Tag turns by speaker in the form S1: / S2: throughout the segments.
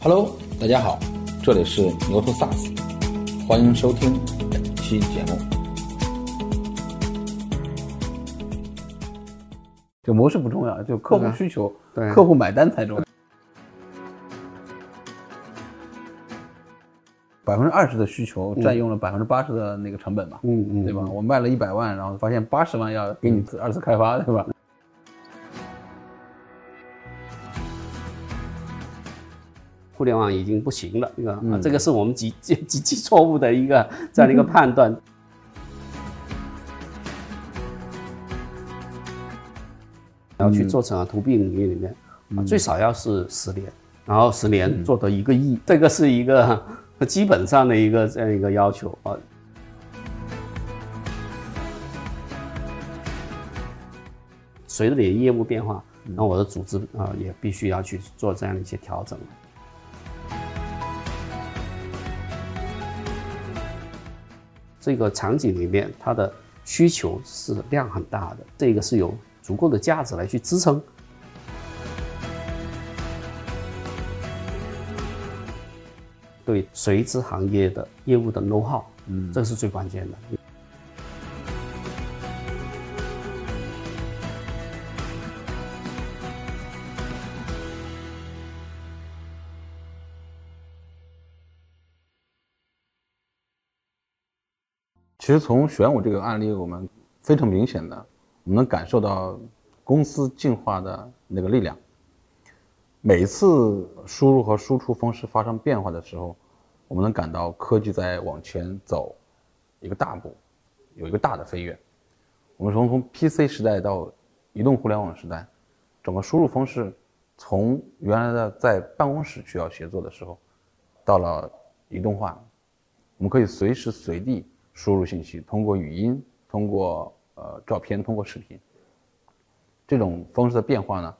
S1: Hello，大家好，这里是牛头 SAAS，欢迎收听本期节目。
S2: 就模式不重要，就客户
S3: 嗯
S2: 需求、
S3: 对
S2: 客户买单才重要。百分之二十的需求
S1: 嗯
S2: 占用了百分之八十的那个成本嘛，
S3: 嗯嗯，
S2: 对吧？？我卖了一百万，然后发现八十万要给你
S1: 嗯
S2: 自二次开发，对吧？
S3: 互联网已经不行了，这个、啊这个是我们 极极极其错误的一个这样的一个判断。然后去做成啊，to B 领域里面啊，最少要是十年，然后十年做到一个亿， 这个是一个 基本上的一个这样一个要求啊。随着你的业务变化，那我的组织啊、也必须要去做这样的一些调整。这个场景里面，它的需求是量很大的，这个是有足够的价值来去支撑。对垂直行业的业务的 know how，嗯，这个是最关键的。
S1: 其实从玄武这个案例，我们非常明显的，我们能感受到公司进化的那个力量。每一次输入和输出方式发生变化的时候，我们能感到科技在往前嗯走一个大步，有一个大的飞跃。我们从从 PC 时代到移动互联网时代，整个输入方式从原来的在办公室需要协作的时候，到了移动化，我们可以随时随地输入信息，通过语音，通过呃照片，通过视频。这种方式的变化呢，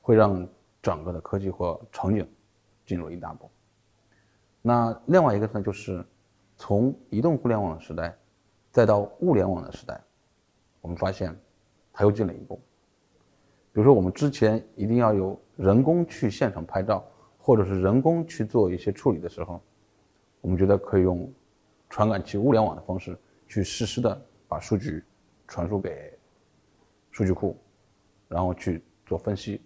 S1: 会让整个的科技或场景进入一大步。那另外一个呢，就是从移动互联网的时代，再到物联网的时代，我们发现它又进了一步。比如说，我们之前一定要有人工去现场拍照，或者是人工去做一些处理的时候，我们觉得可以用传感器物联网的方式去实时的把数据传输给数据库，然后去做分析，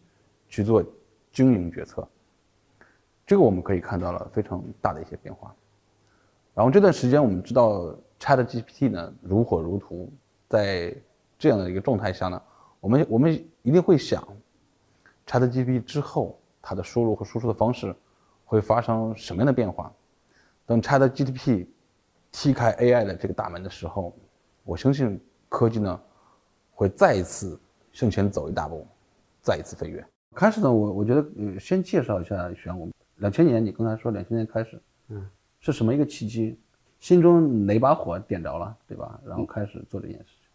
S1: 去做经营决策。这个我们可以看到了非常大的一些变化。然后这段时间我们知道 Chat GPT 呢如火如荼，在这样的一个状态下呢，我们我们一定会想，Chat GPT 之后它的输入和输出的方式会发生什么样的变化？等 Chat GPT 踢开 AI 的这个大门的时候，我相信科技呢会再一次向前走一大步，再一次飞跃。
S2: 开始呢，我我觉得呃，先介绍一下玄武。两千年，你刚才说两千年开始，
S3: 嗯，
S2: 是什么一个契机？心中哪把火点着了，对吧？然后开始做这件事情。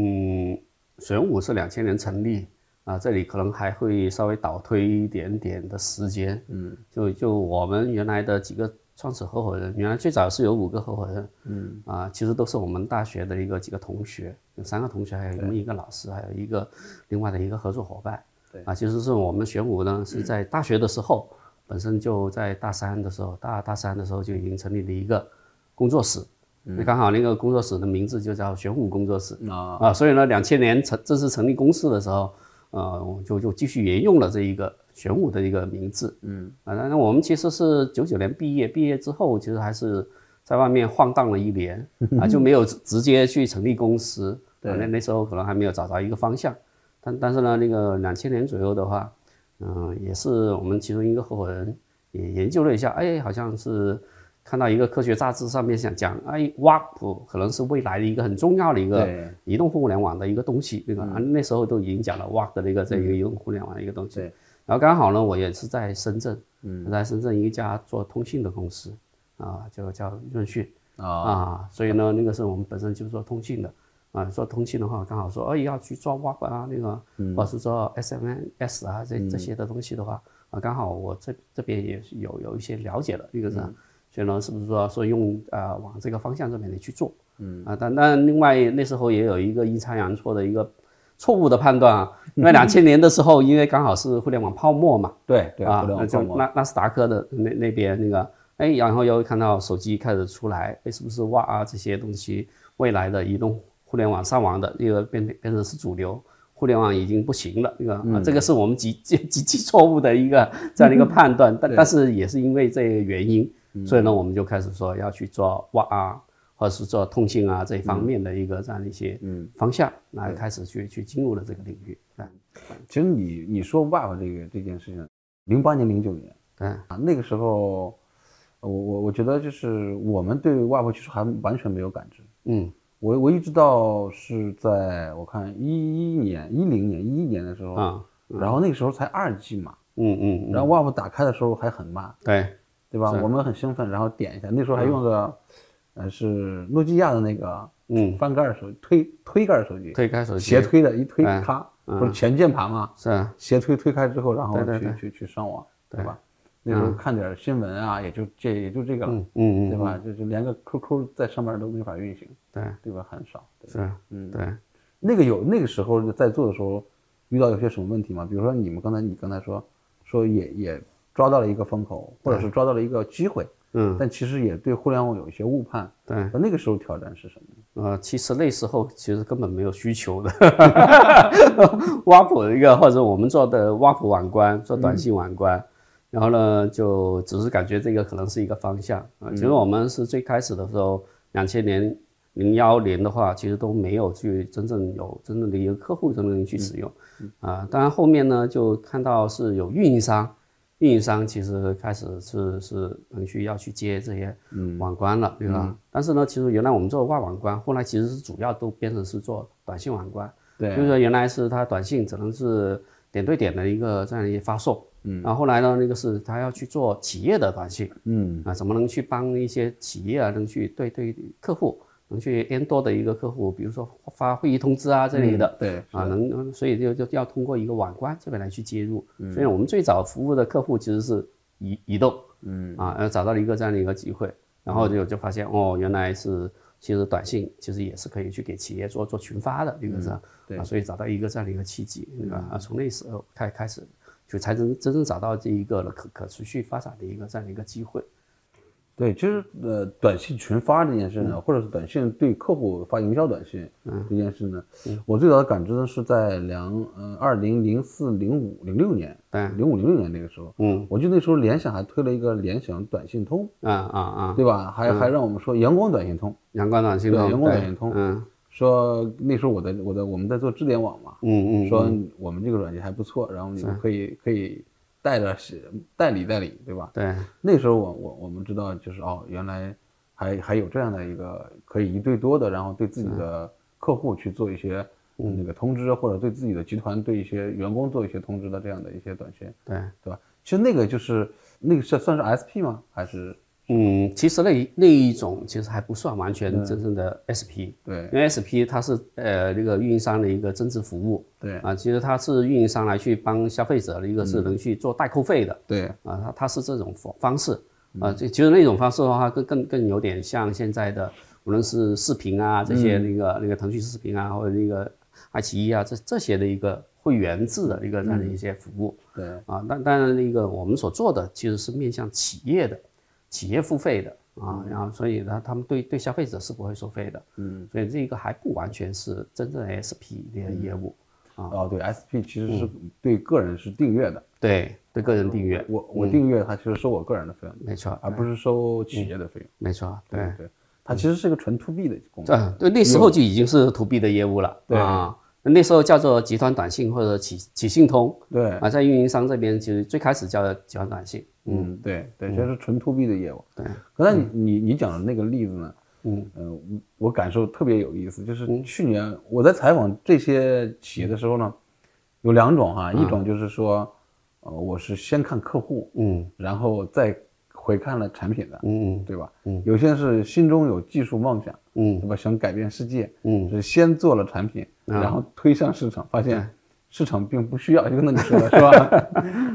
S3: 嗯，玄武是两千年成立啊，这里可能还会稍微倒推一点点的时间。嗯，就就我们原来的几个创始合伙人，原来最早是有五个合伙人，嗯啊，其实都是我们大学的一个几个同学，有三个同学，还有我们一个老师，还有一个另外的一个合作伙伴。对啊，其实是我们玄武呢是在大学的时候，本身就在大三的时候，大二大三的时候就已经成立了一个工作室。那刚好那个工作室的名字就叫玄武工作室，
S2: 啊，
S3: 啊，所以呢，两千年成正式成立公司的时候，呃，我就就继续沿用了这一个玄武的一个名字，嗯，啊，那那我们其实是九九年毕业，毕业之后其实还是在外面晃荡了一 年，啊，就没有直直接去成立公司，对，那那时候可能还没有找着一个方向，但但是呢，那个两千年左右的话，嗯、也是我们其中一个合伙人也研究了一下，哎，好像是。看到一个科学杂志上面想讲，哎，WAP 可能是未来的一个很重要的一个
S2: 对
S3: 移动互联网的一个东西，那个、啊，那时候都已经讲了 WAP 的那个这个移动互联网的一个东西。
S2: 对
S3: 然后刚好呢，我也是在深圳，嗯，在深圳一家做通信的公司，啊，就叫润讯
S2: 啊，
S3: 啊，所以呢，那个时候我们本身就是做通信的。啊，做通信的话，刚好说，哎，要去做 WAP 啊，那个，或者是做 SMS 啊，这这些的东西的话，啊，刚好我这这边也是有有一些了解了，那个是吧，啊所以呢，是不是说说用啊、呃往这个方向这边的去做？嗯啊，但但另外那时候也有一个阴差阳错的一个错误的判断啊，因为两千年的时候，因为刚好是互联网泡沫嘛，
S1: 对对，
S3: 啊
S1: 互联，
S3: 那
S1: 网
S3: 就
S1: 泡沫
S3: 纳纳斯达克的那那边那个，哎，然后又看到手机开始出来，哎，是不是哇、啊、这些东西未来的移动互联网上网的这个变变成是主流，互联网已经不行了，这个、啊，这个是我们极 极极其错误的一个这样的一个判断，但但是也是因为这个原因，所以呢，我们就开始说要去做哇啊。或者是做通信啊这一方面的一个这样的一些方向，来开始去去进入了这个领域，啊，
S2: 其实你你说爸爸这个这件事情，零八年零九年
S3: 嗯
S2: 啊，那个时候，我我我觉得就是我们对外婆其实还完全没有感知。
S3: 嗯
S2: 我我一直到是在我看一一年、一零年、一一年的时候，
S3: 啊，
S2: 然后那个时候才二 G 嘛，
S3: 嗯嗯，嗯
S2: 然后 w a p 打开的时候还很慢，
S3: 对，
S2: 对吧？我们很兴奋，然后点一下，那时候还用的，呃，是诺基亚的那个
S3: 嗯，
S2: 翻盖手推推盖手机，
S3: 推开手机，
S2: 斜推的，一推
S3: 哎
S2: 咔，
S1: 嗯
S2: 不是前键盘嘛，
S3: 是啊，
S2: 斜推推开之后，然后
S3: 对对对
S2: 去去去上网，对吧？那时候看点新闻啊，也就这也就这个了，
S3: 嗯嗯
S2: 对
S3: 嗯，
S2: 吧？就是连个 QQ 在上面都没法运行，
S3: 对，
S2: 对吧？很少。对
S3: 是，嗯，对，
S2: 那个有那个时候在做的时候，遇到有些什么问题吗？比如说你们刚才你刚才说说也也抓到了一个风口，或者是抓到了一个机会，
S3: 嗯，
S2: 但其实也对互联网有一些误判。
S3: 对，
S2: 那那个时候挑战是什么？
S3: 呃，其实那时候其实根本没有需求的， 挖普一个或者我们做的挖普网关，做短信网关，然后呢就只是感觉这个可能是一个方向啊、其实我们是最开始的时候，两千年零幺年的话，其实都没有去真正有真正的一个客户真正去使用啊、当然后面呢就看到是有运营商。运营商其实开始是是能去要去接这些网关了，对吧？但是呢，其实原来我们做外网关，后来其实是主要都变成是做短信网关，
S2: 对
S3: 就是说原来是它短信只能是点对点的一个这样一些发送，嗯，然后后来呢，那个是它要去做企业的短信，嗯，啊，怎么能去帮一些企业啊，能去对对客户，能去 N 多的一个客户，比如说发会议通知啊这类的，
S2: 对，
S3: 啊，能，所以就就要通过一个网关这边来去接入。
S2: 嗯
S3: 所以我们最早服务的客户其实是移移动，嗯，啊，然后找到了一个这样的一个机会，
S2: 嗯
S3: 然后就就发现哦，原来是其实短信其实也是可以去给企业做做群发的，这
S2: 嗯
S3: 个是、啊，所以找到一个这样的一个契机，对吧？啊，从那时候开开始就才真真正找到这一个可可持续发展的一个这样的一个机会。
S2: 对，其实呃，短信群发这件事呢，或者是短信对客户发营销短信这件事呢，我最早的感知呢是在两呃二零零四零五零六年，
S3: 对
S2: 零五零六年那个时候，
S3: 嗯，
S2: 我记得那时候联想还推了一个联想短信通，
S3: 啊啊啊，
S2: 对吧？还还让我们说阳光短信通，
S3: 阳光短信
S2: 对
S3: 通，
S2: 阳光
S3: 对
S2: 短信通
S3: 嗯
S2: 说那时候我在我在我们在做智联网嘛，
S3: 嗯嗯，
S2: 说我们这个软件还不错，然后你们可以可以带着是代理代理，对吧？
S3: 对，
S2: 那时候我我我们知道就是哦，原来还还有这样的一个可以一对多的，然后对自己的客户去做一些
S3: 嗯
S2: 那个通知，或者对自己的集团对一些员工做一些通知的这样的一些短信，
S3: 对。
S2: 对吧？其实那个就是那个是算是 SP 吗？还是
S3: 嗯，其实那那一种其实还不算完全真正的 SP，、
S2: 对
S3: 因为 SP 它是呃那个运营商的一个增值服务
S2: 对嗯
S3: 啊，其实它是运营商来去帮消费者的一个是能去做代扣费的、
S2: 对嗯
S3: 啊，它它是这种方方式啊，这其实那种方式的话更更更有点像现在的无论是视频啊这
S2: 嗯
S3: 些那个、那个腾讯视频啊或者那个爱奇艺啊这这些的一个会员制的一个这样的一些服务，
S2: 嗯对
S3: 啊，但当然那个我们所做的其实是面向企业的，企业付费的
S2: 嗯
S3: 啊，然后所以呢，他们对对消费者是不会收费的，嗯，所以这个还不完全是真正 SP 的
S2: 嗯
S3: 业务，
S2: 哦对 SP 其实是对个人是订阅的，
S3: 对对个人订阅，
S2: 我我订阅它其实收我个人的费用，
S3: 没错，
S2: 而不是收企业的费用，
S3: 没错，对，啊
S2: 对对，它其实是一个纯 to B 的工作，
S3: 这对那时候就已经是 to B 的业务了，
S2: 嗯对
S3: 啊，那时候叫做集团短信或者企企信通
S2: 对。
S3: 啊，在运营商这边其实最开始叫集团短信，
S2: 嗯，对对，这是纯 to B 的业务。对，刚才你你你讲的那个例子呢，嗯，呃，我我感受特别有意思，就是去年我在采访这些企业的时候呢，有两种哈，一种就是说，呃，我是先看客户，
S3: 嗯
S2: 然后再回看了产品的，
S3: 嗯
S2: 对吧？嗯，有些是心中有技术梦想，
S3: 嗯
S2: 对吧？想改变世界，
S3: 嗯
S2: 是先做了产品，然后推向市场，发现市场并不需要，就跟你说的是 吧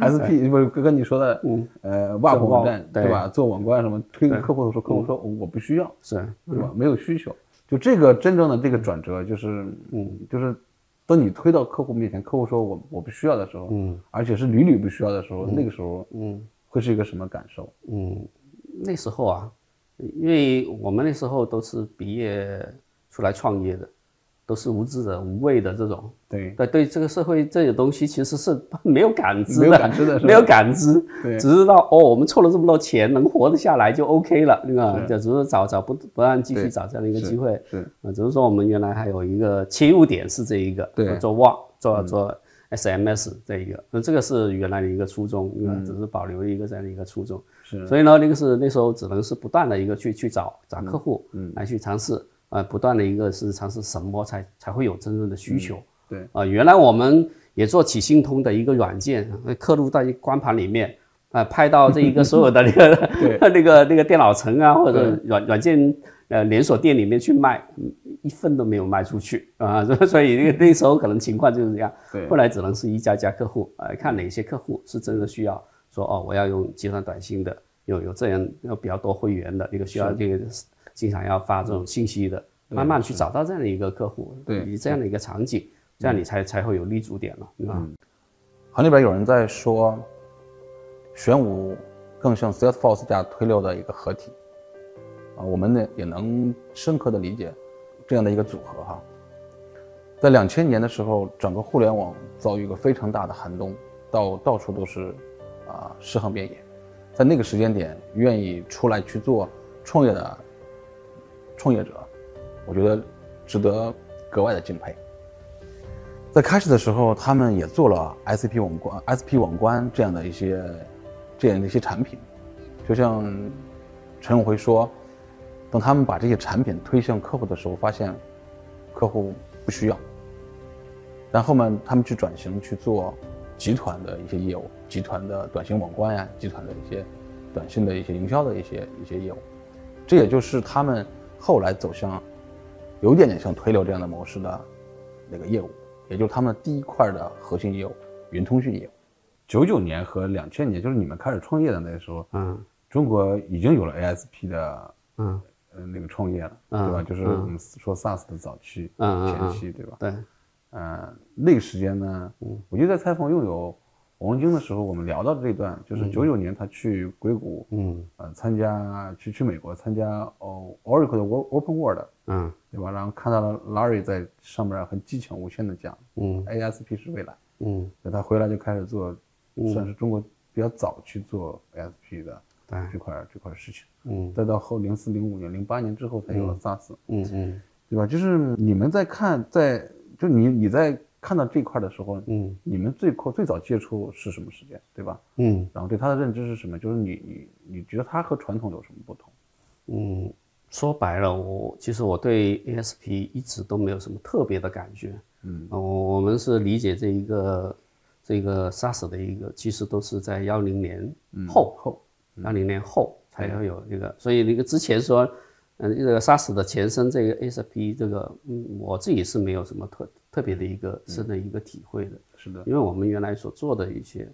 S2: ？SP 不是跟你说的，呃，挖
S3: 网
S2: 网站
S3: 对
S2: 对吧？哎做网关什么，推给客户的时候，客户说哦我不需要，
S3: 是
S2: 嗯对吧？没有需求。就这个真正的这个转折，就是嗯，就是当你推到客户面前，客户说我我不需要的时候，嗯，而且是屡屡不需要的时候，那个时候，嗯，会是一个什么感受？
S3: 嗯，那时候啊，因为我们那时候都是毕业出来创业的，都是无知的、无畏的这种。
S2: 对，
S3: 对对，这个社会这些东西其实是 没有感知的，
S2: 没有感 知的是吧
S3: 没有感知
S2: 对
S3: 只知道哦，我们凑了这么多钱，能活得下来就 OK 了，对吧？就只是找找不不断继续
S2: 对
S3: 找这样的一个机会。
S2: 是
S3: 呃，只是说我们原来还有一个切入点是这一个，
S2: 对嗯
S3: 做 WA 做做 SMS 这一个，那这个是原来的一个初衷，对吧只是保留了一个这样的一个初衷。
S2: 嗯是，
S3: 所以呢，那个是那时候只能是不断的一个去去找找客户，嗯，来去尝试，呃，不断的一个是尝试什么才才会有真正的需求，
S2: 嗯对
S3: 啊、原来我们也做起信通的一个软件，呃刻入到一个光盘里面，啊、拍到这一个所有的 那个 那个那个电脑城啊，或者软软件呃连锁店里面去卖，嗯一份都没有卖出去啊， 所以所以那个那时候可能情况就是这样，
S2: 嗯对
S3: 后来只能是一家家客户，呃，看哪些客户是真的需要说哦，我要用集团短信的，有有这样要比较多会员的，一个需要这个经常要发这种信息的，慢慢去找到这样的一个客户，
S2: 对嗯
S3: 以及这样的一个场景，这样你才才会有立足点了，对吧？
S1: 行里边有人在说，玄武更像 Salesforce 加推流的一个合体，啊，我们呢也能深刻的理解这样的一个组合哈。在两千年的时候，整个互联网遭遇一个非常大的寒冬，到到处都是啊尸横遍野。在那个时间点，愿意出来去做创业的创业者，我觉得值得格外的敬佩。在开始的时候，他们也做了 SAP 网关、SP 网关这样的一些这样的一些产品，就像陈永辉说，等他们把这些产品推向客户的时候，发现客户不需要。然后面他们去转型去做集团的一些业务，集团的短信网关呀，集团的一些短信的一些营销的一些一些业务，这也就是他们后来走向有一点点像推流这样的模式的那个业务，也就是他们的第一块的核心业务——云通讯业务。
S2: 九九年和两千年，就是你们开始创业的那时候，
S3: 嗯
S2: 中国已经有了 ASP 的
S3: 嗯
S2: 呃那个创业了，
S3: 嗯
S2: 对吧？就是我们说 SaaS 的早期、
S3: 嗯嗯嗯
S2: 前期，对吧？
S3: 对，
S2: 呃，那个时间呢，
S3: 嗯
S2: 我就在采访用友王文京的时候，我们聊到这一段，就是九九年他去硅谷，
S3: 嗯
S2: 呃，参加去去美国参加哦 Oracle 的 Wo- Open World，
S3: 嗯
S2: 对吧？然后看到了 Larry 在上面很激情无限的讲
S3: 嗯
S2: ASP 是未来，
S3: 嗯，
S2: 所以他回来就开始做，算是中国比较早去做 ASP 的
S3: 对，
S2: 这块这块事情。
S3: 嗯
S2: 再到后零四零五年、零八年之后才有了 SaaS，、
S3: 嗯嗯
S2: 对吧？就是你们在看，在就你你在看到这块的时候，
S3: 嗯
S2: 你们最快最早接触是什么时间，对吧？
S3: 嗯
S2: 然后对它的认知是什么？就是你你你觉得它和传 统有什么不同？
S3: 嗯，说白了，我其实我对 ASP 一直都没有什么特别的感觉，嗯，我、我们是理解这一个这个 SaaS 的一个，其实都是在幺零年后
S2: 后
S3: 幺零年后才会有这个，所以那个之前说，嗯，这个 SaaS 的前身这个 ASP 这个，嗯，我自己是没有什么特特别的一个深的一个体会的，
S2: 是的，
S3: 因为我们原来所做的一些，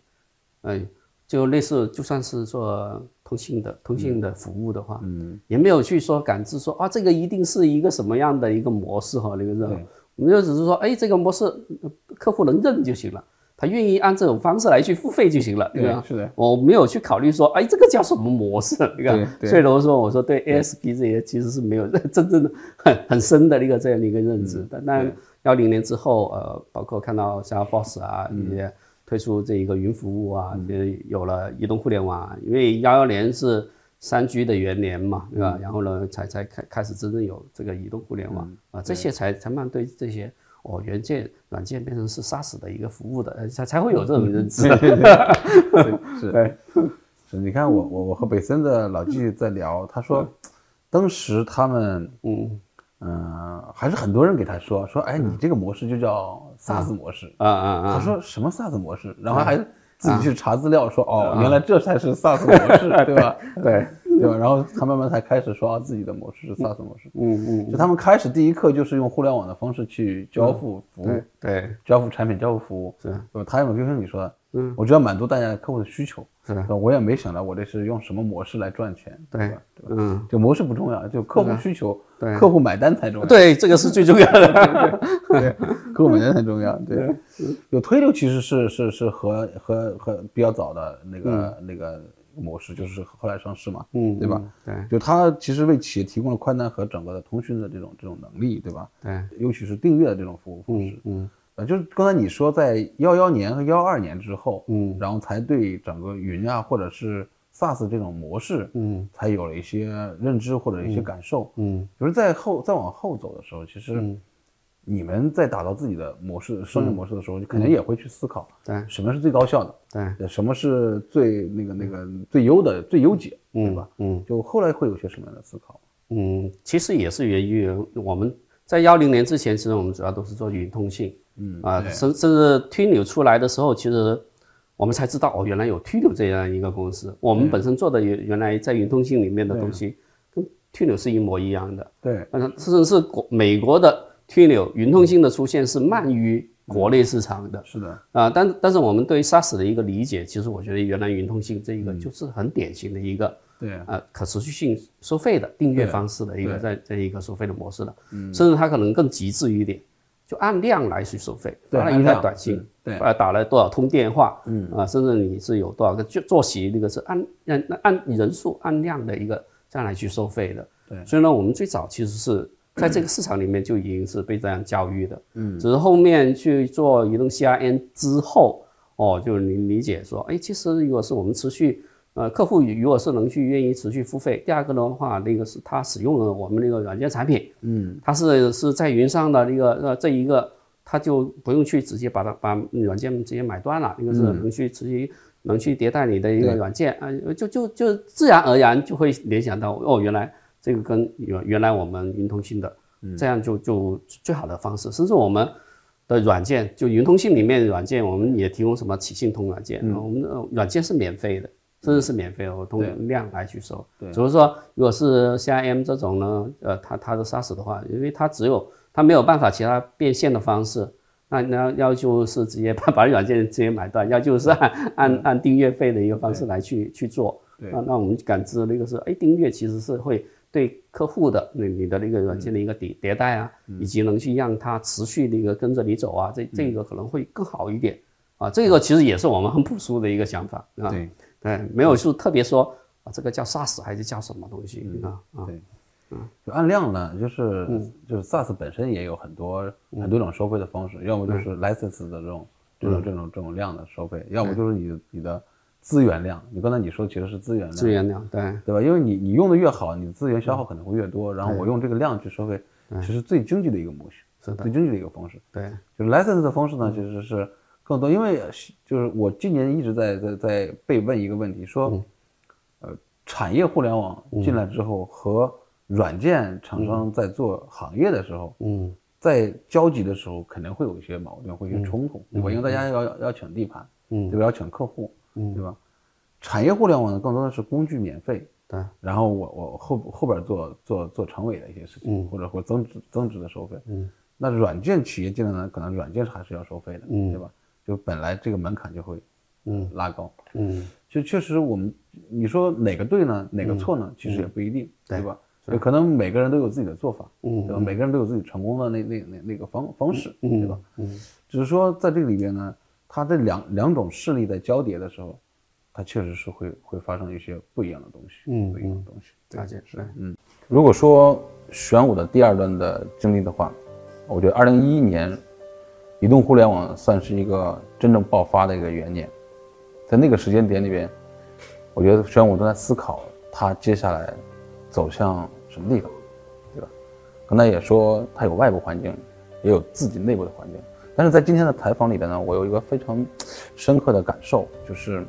S3: 哎，就类似就算是做通信的通信的服务的话，嗯，也没有去说感知说啊，这个一定是一个什么样的一个模式哈，那个是吧，我们就只是说，哎，这个模式呃客户能认就行了，他愿意按这种方式来去付费就行了，对啊吧？
S2: 是的，
S3: 我没有去考虑说，哎，这个叫什么模式？你看，
S2: 对
S3: 所以我说，我说对 ASP 这些其实是没有 真正的很很深的一个这样的一个认
S2: 嗯
S3: 知。但但幺零年之后，呃，包括看到像 Boss 啊一些推出这一个云服务啊，也有了移动互联网啊，因为幺幺年是三 G 的元年嘛，对
S2: 嗯
S3: 吧？然后呢，才才开开始真正有这个移动互联网啊，这些才才慢慢对这些。哦，元件、软件变成是 SaaS 的一个服务的，呃才才会有这
S2: 嗯
S3: 种认知。
S2: 是是。你看我我我和北森的老季在聊，他说，当时他们
S3: 嗯
S2: 嗯、还是很多人给他说说，哎，你这个模式就叫 SaaS 模式。
S3: 啊啊嗯啊！嗯
S2: 他说什么 SaaS 模式，然后还自己去查资料说，哦，原来这才是 SaaS 模式，
S3: 嗯
S2: 对 吧？对对吧？然后他慢慢才开始说啊，自己的模式是 SaaS 模式。
S3: 嗯嗯，
S2: 就他们开始第一课就是用互联网的方式去交付服务，
S3: 嗯对，
S2: 交付产品、交付服务。
S3: 是
S2: 对吧？他有就是你说的，嗯，我就要满足大家客户的需求，
S3: 是
S2: 吧？我也没想到我这是用什么模式来赚钱，
S3: 对
S2: 吧？
S3: 嗯，
S2: 就模式不重要，就客户需求，
S3: 对
S2: 客户买单才重要，
S3: 对，这个是最重要的。
S2: 对，客户买单才重 要，对。有推流其实是是是和和和比较早的那个那个模式，就是后来上市嘛，
S3: 嗯，
S2: 对吧？
S3: 嗯？
S2: 就它其实为企业提供了宽带和整个的通讯的这种这种能力，对吧？
S3: 对对，
S2: 尤其是订阅的这种服务方式。
S3: 嗯
S2: 呃，就是刚才你说，在幺幺年和幺二年之后，
S3: 嗯
S2: 然后才对整个云啊，或者是 SaaS 这种模式，
S3: 嗯
S2: 才有了一些认知或者一些感受。
S3: 嗯
S2: 就是在后再往后走的时候，其实
S3: 嗯，
S2: 你们在打造自己的模式、商业模式的时候，肯定也会去思考
S3: 对
S2: 什么是最高效的，
S3: 对，
S2: 呃什么是最那个那个最优的、最优解，对吧？
S3: 嗯
S2: 就后来会有些什么样的思考？
S3: 嗯，其实也是源于我们在幺零年之前，其实我们主要都是做云通信，嗯啊，甚甚至推流出来的时候，其实我们才知道哦，原来有推流这样一个公司。我们本身做的原原来在云通信里面的东西，跟推流是一模一样的。
S2: 对，
S3: 但是甚至是国美国的 t w 云通信的出现是慢于国内市场的
S2: 是的，
S3: 啊、但但是我们对于 SaaS 的一个理解，其实我觉得原来云通信这一个
S2: 嗯
S3: 就是很典型的一个、
S2: 对，
S3: 呃可持续性收费的订阅
S2: 对
S3: 方式的一个
S2: 对嗯
S3: 在这一个收费的模式的，甚至它可能更极致一点，就按量来去收费，
S2: 对
S3: 发了
S2: 按
S3: 一条
S2: 量
S3: 短信
S2: 嗯，对
S3: 呃打了多少通电话，嗯啊、甚至你是有多少个就坐席，那个是按按按人数按量的一个这样来去收费的，对，所以呢，我们最早其实是。在这个市场里面就已经是被这样教育的，嗯，只是后面去做移动 CRM 之后，哦，就是你理解说，哎，其实如果是我们持续，呃，客户如果是能去愿意持续付费，第二个的话，那个是他使用了我们那个软件产品，嗯，他是是在云上的那个呃这一个，他就不用去直接把它把软件直接买断了，一个是能去持续。能去迭代你的一个软件啊，就就就自然而然就会联想到哦，原来这个跟原原来我们云通信的，这样就就最好的方式，甚至我们的软件，就云通信里面的软件，我们也提供什么企信通软件，我们的呃软件是免费的，甚至是免费的，我通量来去收。只是说，如果是 CRM 这种呢，呃，它它的 SaaS 的话，因为它只有它没有办法其他变现的方式。那那要就是直接把 把软件直接买断，要就是按按按订阅费的一个方式来去去做。
S2: 对
S3: 那那我们感知那个是，哎，订阅其实是会对客户的你你的那个软件的
S2: 嗯
S3: 一个迭迭代啊，以及能去让它持续的一个跟着你走啊，这
S2: 嗯
S3: 这个可能会更好一点啊。这个其实也是我们很朴素的一个想法啊。
S2: 对
S3: 对，没有说特别说啊，这个叫 SaaS 还是叫什么东西啊啊？
S2: 对，就按量呢，就是、
S3: 嗯
S2: 就是 SaaS 本身也有很多、很多种收费的方式，要么就是 license 的这
S3: 嗯
S2: 种、这种这种这种量的收费，要么就是你的你的资源量。你刚才你说的其实是资源量，
S3: 资源量对
S2: 对吧？因为你你用的越好，你的资源消
S3: 嗯
S2: 耗可能会越多，然后我用这个量去收费，其实最经济的一个模式，
S3: 是的嗯
S2: 最经济的一个方式。
S3: 对
S2: 就是 license 的方式呢，其实是更多，因为就是我今年一直在在在被问一个问题，说，
S3: 嗯
S2: 呃，产业互联网进来之后和软件厂商在做行业的时候，
S3: 嗯
S2: 在交集的时候肯定会有一些矛盾，会有一些冲突，对吧？因为大家要要要抢地盘，
S3: 嗯
S2: 对吧？要抢客户，对吧？产业互联网呢，更多的是工具免费，
S3: 对
S2: 然后我我后后边做做做长尾的一些事
S3: 嗯
S2: 情，或者或增值增值的收费。嗯，那软件企业进来呢，可能软件还是要收费的，
S3: 嗯
S2: 对吧？就本来这个门槛就会嗯拉高。
S3: 嗯
S2: 就确实我们你说哪个对呢，哪个错呢？其实也不一定，对吧？就可能每个人都有自己的做法，
S3: 啊嗯
S2: 对吧？每个人都有自己成功的那那那那个方方式，对吧？
S3: 嗯
S2: 只是说在这个里边呢，它这两两种势力在交叠的时候，它确实是会会发生一些不一样的东西，
S3: 嗯
S2: 不一样的东西。
S3: 了解是
S1: 如果说玄武的第二段的经历的话，我觉得二零一一年，移动互联网算是一个真正爆发的一个元年。在那个时间点里边，我觉得玄武都在思考他接下来走向什么地方，对吧？刚才也说他有外部环境，也有自己内部的环境。但是在今天的采访里边呢，我有一个非常深刻的感受，就是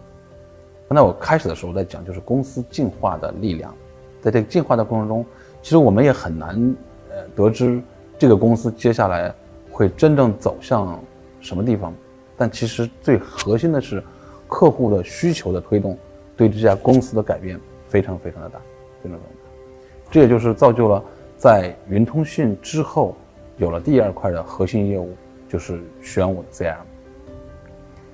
S1: 刚才我开始的时候在讲，就是公司进化的力量。在这个进化的过程中，其实我们也很难呃得知这个公司接下来会真正走向什么地方。但其实最核心的是，客户的需求的推动对这家公司的改变非常非常的大，非常非常大。这也就是造就了在云通讯之后，有了第二块的核心业务，就是玄武 CRM。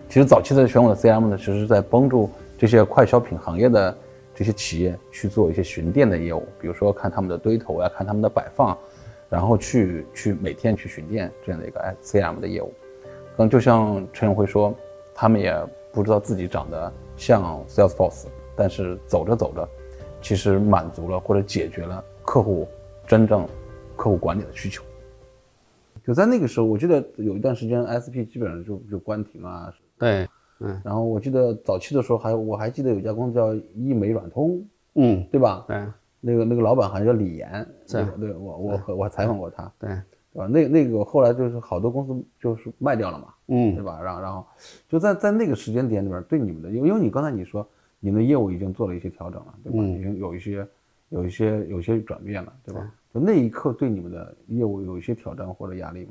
S1: 其实早期的选我的 CM 呢，其实是在帮助这些快消品行业的这些企业去做一些巡店的业务，比如说看他们的堆头啊呀、看他们的摆放，然后去去每天去巡店这样的一个 CM 的业务。可能就像陈永辉说，他们也不知道自己长得像 Salesforce，但是走着走着，其实满足了或者解决了客户真正客户管理的需求。
S2: 就在那个时候，我记得有一段时间 SP 基本上就就关停啊。
S3: 对，
S2: 然后我记得早期的时候还我还记得有一家公司叫易美软通，
S3: 嗯，
S2: 对吧？
S3: 对
S2: 那个那个老板好像叫李岩，
S3: 是啊
S2: 对对我我和我还采访过他，
S3: 对，
S2: 对吧？那那个后来就是好多公司就是卖掉了嘛，对
S3: 嗯，
S2: 吧？然后然后就在在那个时间点里边，对你们的，因为因为你刚才你说你们的业务已经做了一些调整了，对
S3: 嗯
S2: 吧？已经有一些有一些有一些转变了，对
S3: 啊
S2: 吧？就那一刻对你们的业务有一些挑战或者压力吗？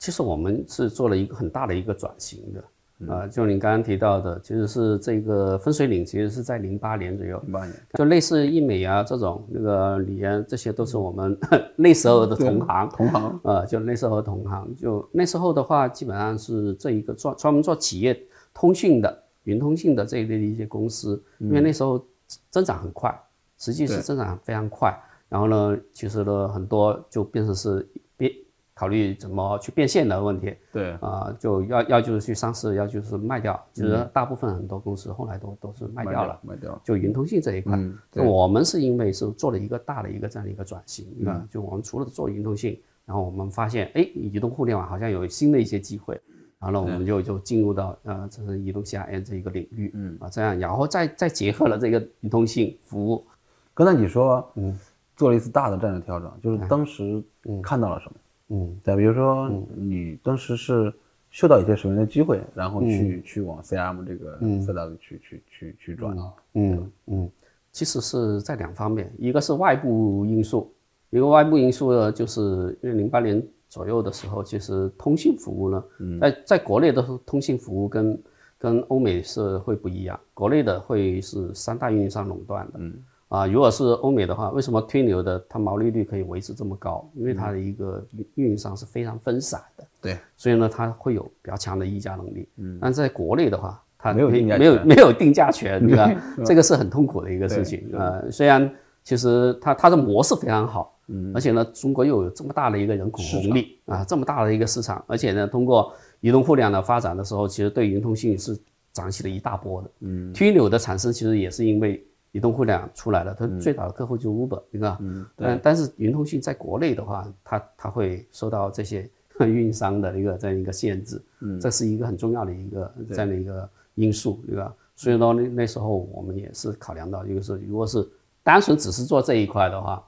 S3: 其实我们是做了一个很大的一个转型的。啊、就您刚刚提到的，其实是这个分水岭，其实是在零八年左右，
S2: 零八年，
S3: 就类似易美啊这种，那个李岩，这些都是我们 那时候的嗯同行，
S2: 同行，
S3: 呃，就那时候同行，就那时候的话，基本上是这一个专专门做企业通讯的、云通信的这一类的一些公司，因为那时候增长很快，实际是增长非常快。然后呢，其实呢，很多就变成是变考虑怎么去变现的问题
S2: 对，
S3: 啊、就要要就是去上市，要就是卖掉。其实大部分很多公司后来都都是嗯卖掉了。，嗯
S2: 卖掉了，嗯
S3: 就云通信这一块，就我们是因为是做了一个大的一个这样的一个转型，对吧？就我们除了做云通信，然后我们发现，哎，移动互联网好像有新的一些机会，然后呢，我们就就进入到呃，这是移动 CRM 这一个领域，嗯啊，这样，然后再再结合了这个云通信服务，
S2: 刚才你说，嗯，做了一次大的战略调整，就是当时看到了什么？
S3: 嗯，
S2: 对，比如说你当时是嗅到一些什么样的机会，然
S3: 嗯
S2: 后去去往 CRM 这个赛道里去去去去转。
S3: 嗯嗯，其实是在两方面，一个是外部因素，一个外部因素呢，就是因为零八年左右的时候，其实通信服务呢，
S2: 嗯
S3: 在在国内的通信服务跟跟欧美是会不一样，国内的会是三大运营商垄断的，嗯，啊，如果是欧美的话，为什么推牛的它毛利率可以维持这么高？因为它的一个运运营商是非常分散的，
S2: 对，
S3: 所以呢，它会有比较强的议价能力，嗯，但在国内的话，它
S2: 没有定价
S3: 没 有没有定价权，对吧？ 这个是很痛苦的一个事情啊、呃。虽然其实它它的模式非常好，嗯，而且呢，中国又有这么大的一个人口红利啊，这么大的一个市场，而且呢，通过移动互联网的发展的时候，其实对云通信是涨起了一大波的。嗯，Twilio 的产生其实也是因为移动互联网出来了，它最早的客户就是 Uber，对吧？嗯，但但是云通信在国内的话，它它会受到这些运营商的一个这样一个限制，嗯，这是一个很重要的一个这样的一个因素，对吧？所以呢，那那时候我们也是考量到，一个是如果是单纯只是做这一块的话，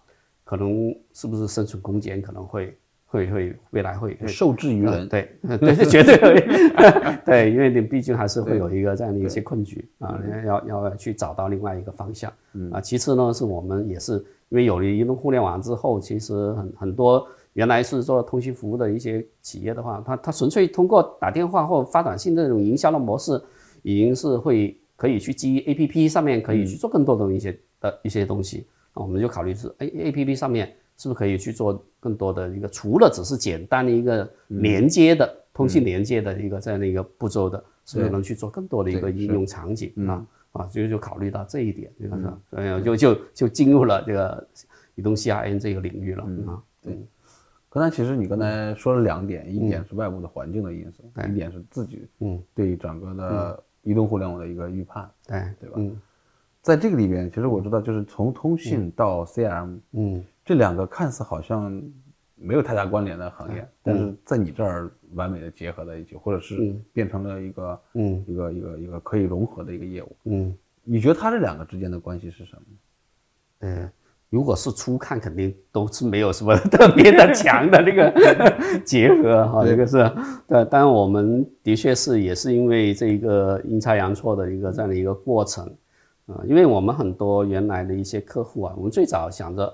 S3: 可能是不是生存空间可能会会会未来会会
S2: 受制于
S3: 啊
S2: 人，
S3: 对对，绝对会， 对，因为你毕竟还是会有一个这样的一些困局啊，要要要去找到另外一个方向啊。其次呢，是我们也是因为有了移动互联网之后，其实很很多原来是做通信服务的一些企业的话，它它纯粹通过打电话或发短信这种营销的模式，已经是会可以去基于 A P P 上面可以去做更多的一些的一些东西。那我们就考虑是 A A P P 上面是不是可以去做更多的一个，除了只是简单的一个连接的、通信连接的一个这样的一个步骤的，是不是能去做更多的一个应用场景啊？啊，所以就考虑到这一点，这个是吧，所以就就就进入了这个移动 CRM 这个领域了啊。
S2: 刚才其实你刚
S3: 嗯
S2: 才说了两点，一点是外部的环境的因素，一点是自己
S3: 嗯
S2: 对整个的移动互联网的一个预判。
S3: 对
S2: 对吧
S3: 嗯
S2: 在这个里边，其实我知道，就是从通信到 CRM
S3: 嗯，
S2: 这两个看似好像没有太大关联的行
S3: 嗯
S2: 业，但是在你这儿完美的结合在一起，或者是变成了一个
S3: 嗯
S2: 一个一个一个可以融合的一个业务。
S3: 嗯。
S2: 你觉得它这两个之间的关系是什么？
S3: 呃，如果是初看，肯定都是没有什么 特别的强的那个结合哈，这个是。但当然，我们的确是也是因为这一个阴差阳错的一个这样的一个过程，啊、因为我们很多原来的一些客户啊，我们最早想着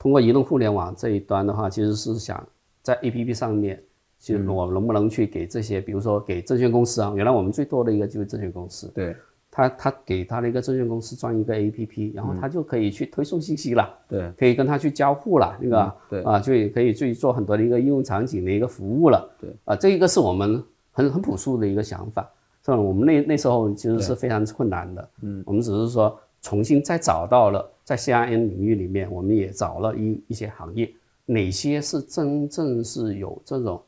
S3: 通过移动互联网这一端的话，其实是想在 APP 上面。其实我能不能去给这些，比如说给证券公司啊，原来我们最多的一个就是证券公司，
S2: 对
S3: 他他给他的一个证券公司装一个 A P P，然后
S2: 嗯
S3: 他就可以去推送信息了，
S2: 对
S3: 可以跟他去交互了，那个、
S2: 嗯对
S3: 啊，就也可以去做很多的一个应用场景的一个服务了，
S2: 对
S3: 啊，这一个是我们很很朴素的一个想法，是吧？我们那那时候其实是非常困难的。嗯，我们只是说重新再找到了，在 CRM 领域里面，我们也找了一一些行业，哪些是真正是有这种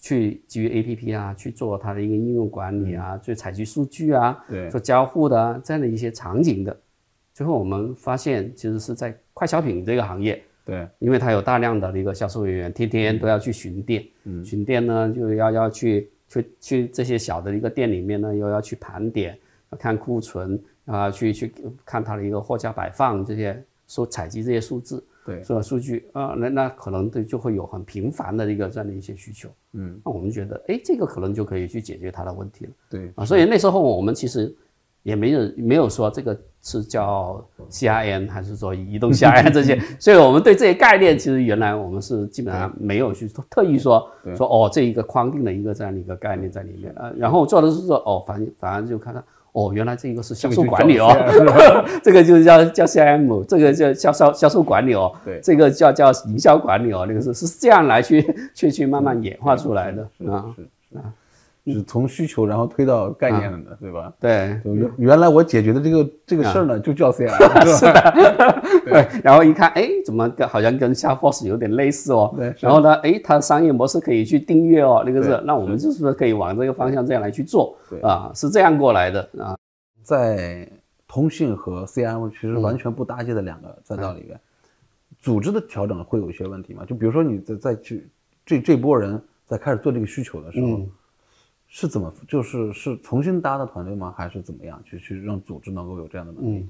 S3: 去基于 APP 啊去做它的一个应用管理
S2: 嗯
S3: 啊，去采集数据啊，
S2: 对
S3: 做交互的啊这样的一些场景的。最后我们发现，其实是在快消品这个行业，
S2: 对
S3: 因为它有大量的一个销售人员，天天都要去巡店，巡店呢就要要去去去这些小的一个店里面呢，又要去盘点，要看库存啊、去去看它的一个货架摆放这些数采集这些数字，
S2: 对
S3: 是吧？数据啊、那那可能对就会有很频繁的一个这样的一些需求，嗯，那我们觉得，哎，这个可能就可以去解决它的问题了。
S2: 对
S3: 啊，所以那时候我们其实也没有没有说这个是叫 CRM 还是说移 动 CRM 这些，所以我们对这些概念其实原来我们是基本上没有去特意说说哦这一个框定的一个这样的一个概念在里面啊，然后做的是说哦反反而就看到哦原来这个是销售管理哦， 这个就是叫叫 CRM，这个叫销售销售管理哦，
S2: 对
S3: 这个叫叫营销管理哦，那个是是这样来去 去去慢慢演化出来的啊，嗯啊
S2: 是从需求然后推到概念了的，对吧？
S3: 对。
S2: 就原原来我解决的这个这个事儿
S3: 啊
S2: 呢，就叫 CRM，是吧？
S3: 对， 然后一看，哎，怎么跟好像跟 Salesforce 有点类似哦？
S2: 对是
S3: 然后呢，哎，它商业模式可以去订阅哦，那个是
S2: 对，
S3: 那我们就是不是可以往这个方向这样来去做？
S2: 对
S3: 啊，是这样过来的啊。
S2: 在通信和 CRM 其实完全不搭界的两个赛道里边，组织的调整会有一些问题嘛？就比如说你在在去这这波人在开始做这个需求的时候，是怎么就是是重新搭的团队吗？还是怎么样去去让组织能够有这样的能力？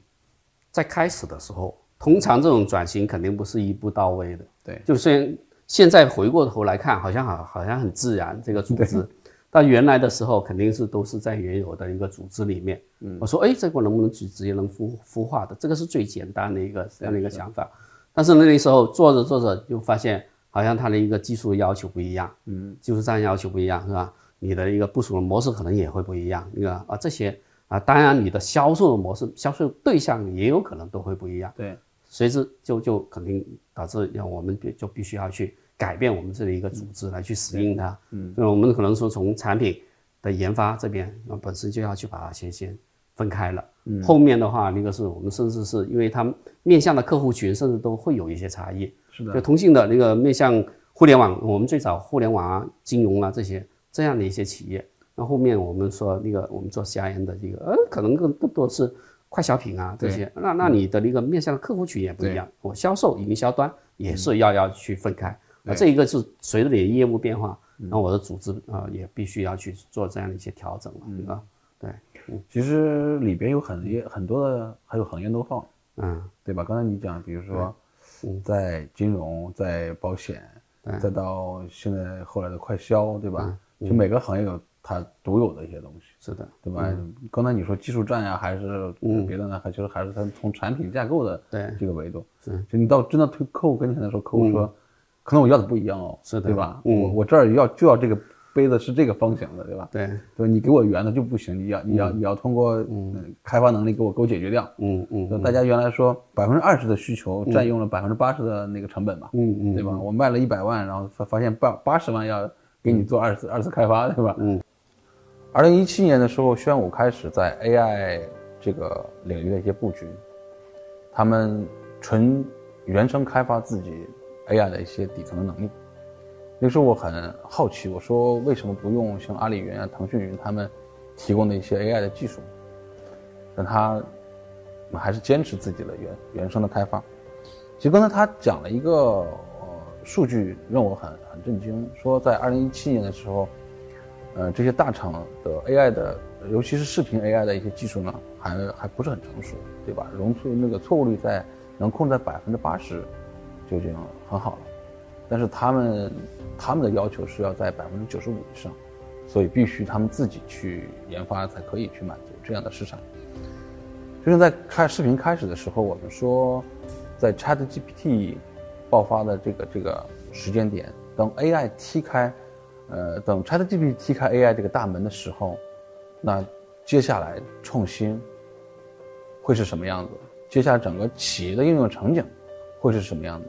S3: 在开始的时候，通常这种转型肯定不是一步到位的。
S2: 对
S3: 就虽然现在回过头来看，好像好好像很自然这个组织，但原来的时候肯定是都是在原有的一个组织里面。我说，哎，这个能不能直直接能孵孵化的？这个是最简单的一个这样的一个想法。但是那时候做着做着就发现，好像它的一个技术要求不一样，嗯，技术上要求不一样，是吧？你的一个部署的模式可能也会不一样，那个啊这些啊，当然你的销售的模式、销售对象也有可能都会不一样。
S2: 对，
S3: 随之就就肯定导致让我们必就必须要去改变我们这里一个组织来去适应它。嗯，那我们可能说从产品的研发这边，那本身就要去把它先先分开了。嗯，后面的话，那个是我们甚至是因为他们面向的客户群，甚至都会有一些差异。
S2: 是的，
S3: 就通信的那个面向互联网，我们最早互联网啊、金融啊这些这样的一些企业，那后面我们说那个我们做 CRM 的这个，呃，可能更更多是快消品啊这些，那那你的那个面向的客户群也不一样，我销售营销端也是要要去分开，啊，这一个是随着你的业务变化，那我的组织啊、呃也必须要去做这样的一些调整了，对吧？对，
S2: 其实里边有很多很多的还有行业 know how，
S3: 嗯。
S2: 对吧？刚才你讲，比如说，在金融，在保险，
S3: 嗯
S2: 再到现在后来的快消，对吧？就每个行业有它独有的一些东西，
S3: 是的，
S2: 对吧？刚才你说技术战呀、还是别的呢？还其实还是它从产品架构的
S3: 嗯对
S2: 这个维度。就你到真的推客户跟前的时候，客户说，可能我要的不一样哦，
S3: 嗯是的
S2: 对吧？
S3: 嗯
S2: 我我这儿要就要这个杯子是这个方形的，对吧？
S3: 对，
S2: 对吧，你给我圆的就不行，你要你要你要通过嗯开发能力给我给我解决掉。
S3: 嗯嗯
S2: 就大家原来说百分之二十的需求占用了百分之八十的那个成本嘛，
S3: 嗯嗯，
S2: 对吧？我卖了一百万，然后发发现八八十万要给你做二次二次开发，对吧？嗯。
S1: 二零一七年的时候，宣武开始在 AI 这个领域的一些布局，他们纯原生开发自己 AI 的一些底层的能力。那时候我很好奇，我说为什么不用像阿里云啊、腾讯云他们提供的一些 AI 的技术？但他还是坚持自己的原原生的开发。其实刚才他讲了一个呃数据，让我很很震惊，说在二零一七年的时候，呃，这些大厂的 AI 的，尤其是视频 AI 的一些技术呢，还还不是很成熟，对吧？容错那个错误率在能控制在百分之八十，就已经很好了。但是他们他们的要求是要在百分之九十五以上，所以必须他们自己去研发才可以去满足这样的市场。就是在开视频开始的时候，我们说，在 Chat GPT 爆发的这个这个时间点，等 AI 踢开，呃，等 Chat GPT 踢开 AI 这个大门的时候，那接下来创新会是什么样子？接下来整个企业的应用场景会是什么样子？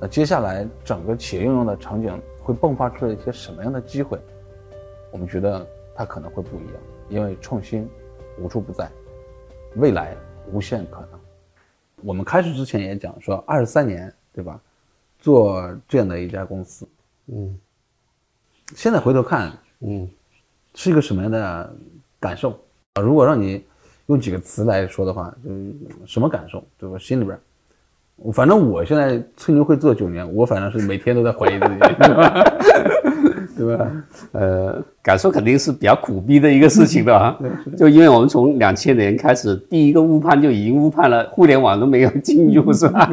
S1: 那接下来整个企业应用的场景会迸发出来一些什么样的机会？我们觉得它可能会不一样，因为创新无处不在，未来无限可能。
S2: 我们开始之前也讲说，二十三年，对吧？做这样的一家公司，
S3: 嗯
S2: 现在回头看
S3: 嗯
S2: 是一个什么样的感受啊？如果让你用几个词来说的话，就是什么感受？对吧？心里边儿，我反正我现在吹牛会做九年，我反正是每天都在怀疑自己，对吧？对吧？
S3: 呃，感受肯定是比较苦逼的一个事情 的啊，就因为我们从两千年开始，第一个误判就已经误判了，互联网都没有 进入，是吧？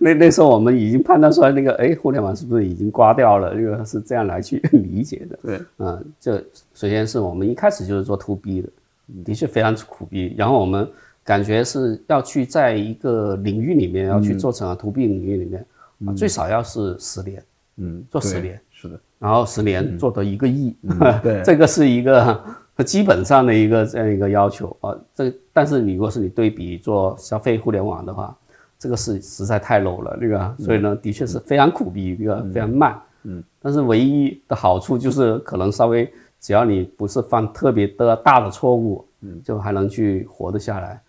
S3: 那那时候我们已经判断出来，那个哎，互联网是不是已经刮掉了？这个是这样来去 理解的。
S2: 对，
S3: 嗯，这首先是我们一开始就是做 to B 的，的确非常苦逼。然后我们感觉是要去在一个领域里面要
S2: 嗯
S3: 去做成啊 to B 领域里面，啊，最少要是十年，
S2: 嗯，
S3: 做十
S2: 对
S3: 年，
S2: 是的，
S3: 然后十年做到一个亿，
S2: 对
S3: 这个是一个 基本上的一个这样一个要求啊。这但是你如果是你对比做消费互联网的话，这个是实在太 low 了，这个啊、所以呢，的确是非常苦逼，这个非常慢。嗯，但是唯一的好处就是可能稍微只要你不是犯特别的大的错误，嗯，就还能去活得下来。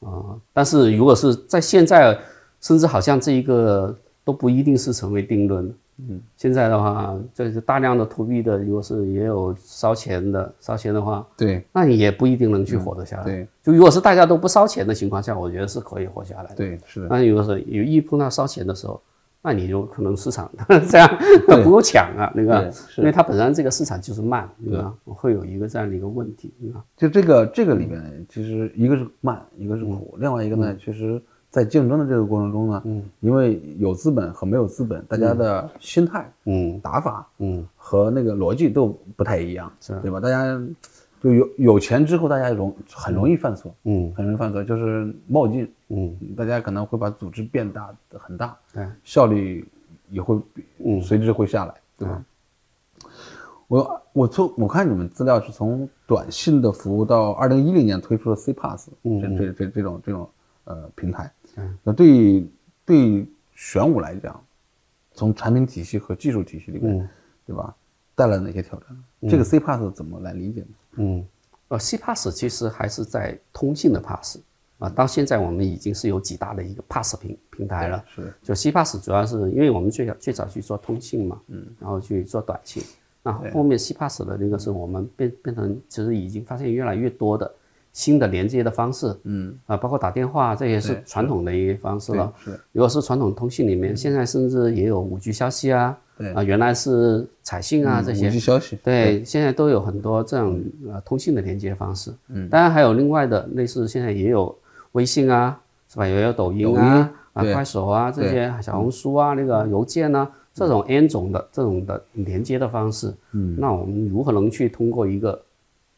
S3: 啊、但是如果是在现在，甚至好像这一个都不一定是成为定论。嗯，现在的话，就是大量的 to B 的，如果是也有烧钱的，烧钱的话，
S2: 对
S3: 那你也不一定能去活得下来。
S2: 对
S3: 就如果是大家都不烧钱的情况下，我觉得是可以活下来的。
S2: 对是的，
S3: 那如果是有一碰到烧钱的时候，那你就可能市场 这样不够抢啊，那个，因为它本身这个市场就是慢，对吧？会有一个这样的一个问题，对吧？
S2: 就这个这个里面，其实一个是慢，一个是苦，另外一个呢，其实在竞争的这个过程中呢，嗯，因为有资本和没有资本，大家的心态、
S3: 嗯
S2: 打法
S3: 嗯，
S2: 和那个逻辑都不太一样，
S3: 是
S2: 对吧？大家就有有钱之后，大家容很容易犯错，
S3: 嗯
S2: 很容易犯错，就是冒进，
S3: 嗯，
S2: 大家可能会把组织变大很大，
S3: 对，
S2: 效率也会
S3: 嗯
S2: 随之会下来，对吧？我我从我看你们资料是从短信的服务到二零一零年推出了 CPass，
S3: 嗯哎
S2: 这这这这种这种呃平台
S3: 对，
S2: 那对对玄武来讲，从产品体系和技术体系里面
S3: 嗯，
S2: 对吧，带来哪些挑战？这个 CPass 怎么来理解呢？
S3: 嗯，呃，C Pass 其实还是在通信的 Pass 啊，到现在我们已经是有几大的一个 Pass 平平台了。
S2: 是的，
S3: 就 C Pass 主要是因为我们最早最早去做通信嘛，嗯，然后去做短信，那后面 C Pass 的那个是我们变变成其实已经发现越来越多的新的连接的方式，嗯，啊，包括打电话这也是传统的一个方式了。
S2: 是的，
S3: 如果是传统通信里面，现在甚至也有五 G 消息啊，
S2: 对嗯
S3: 啊，原来是彩信啊这些
S2: 五 G，消息，
S3: 对，现在都有很多这种呃通信的连接方式。嗯，当然还有另外的，类似现在也有微信啊，是吧？也有抖音啊、啊
S2: 对
S3: 快手啊这些小红书啊，那个邮件啊，这种 N 种的这种的连接的方式。嗯，那我们如何能去通过一个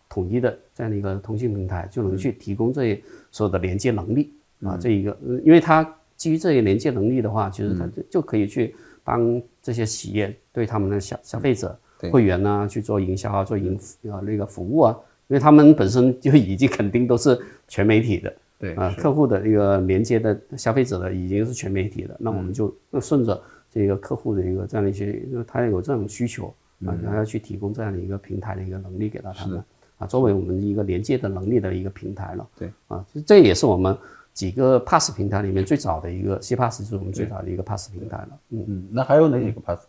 S3: 统一的这样的一个通信平台，就能去提供这些所有的连接能力啊？这一个，呃因为它基于这些连接能力的话，其实它就就可以去帮这些企业对他们的消消费者。会员呐、去做营销啊，做营呃那个服务啊，因为他们本身就已经肯定都是全媒体的，
S2: 对
S3: 啊、客户的那个连接的消费者的已经是全媒体的，那我们就顺着这个客户的一个这样的一些，因为他有这种需求啊，然后要去提供这样的一个平台的一个能力给到他们啊，作为我们一个连接的能力的一个平台了。
S2: 对
S3: 啊，这这也是我们几个 Pass 平台里面最早的一个 C Pass 就是我们最早的一个 Pass 平台了。
S2: 嗯，那还有哪几个 pass？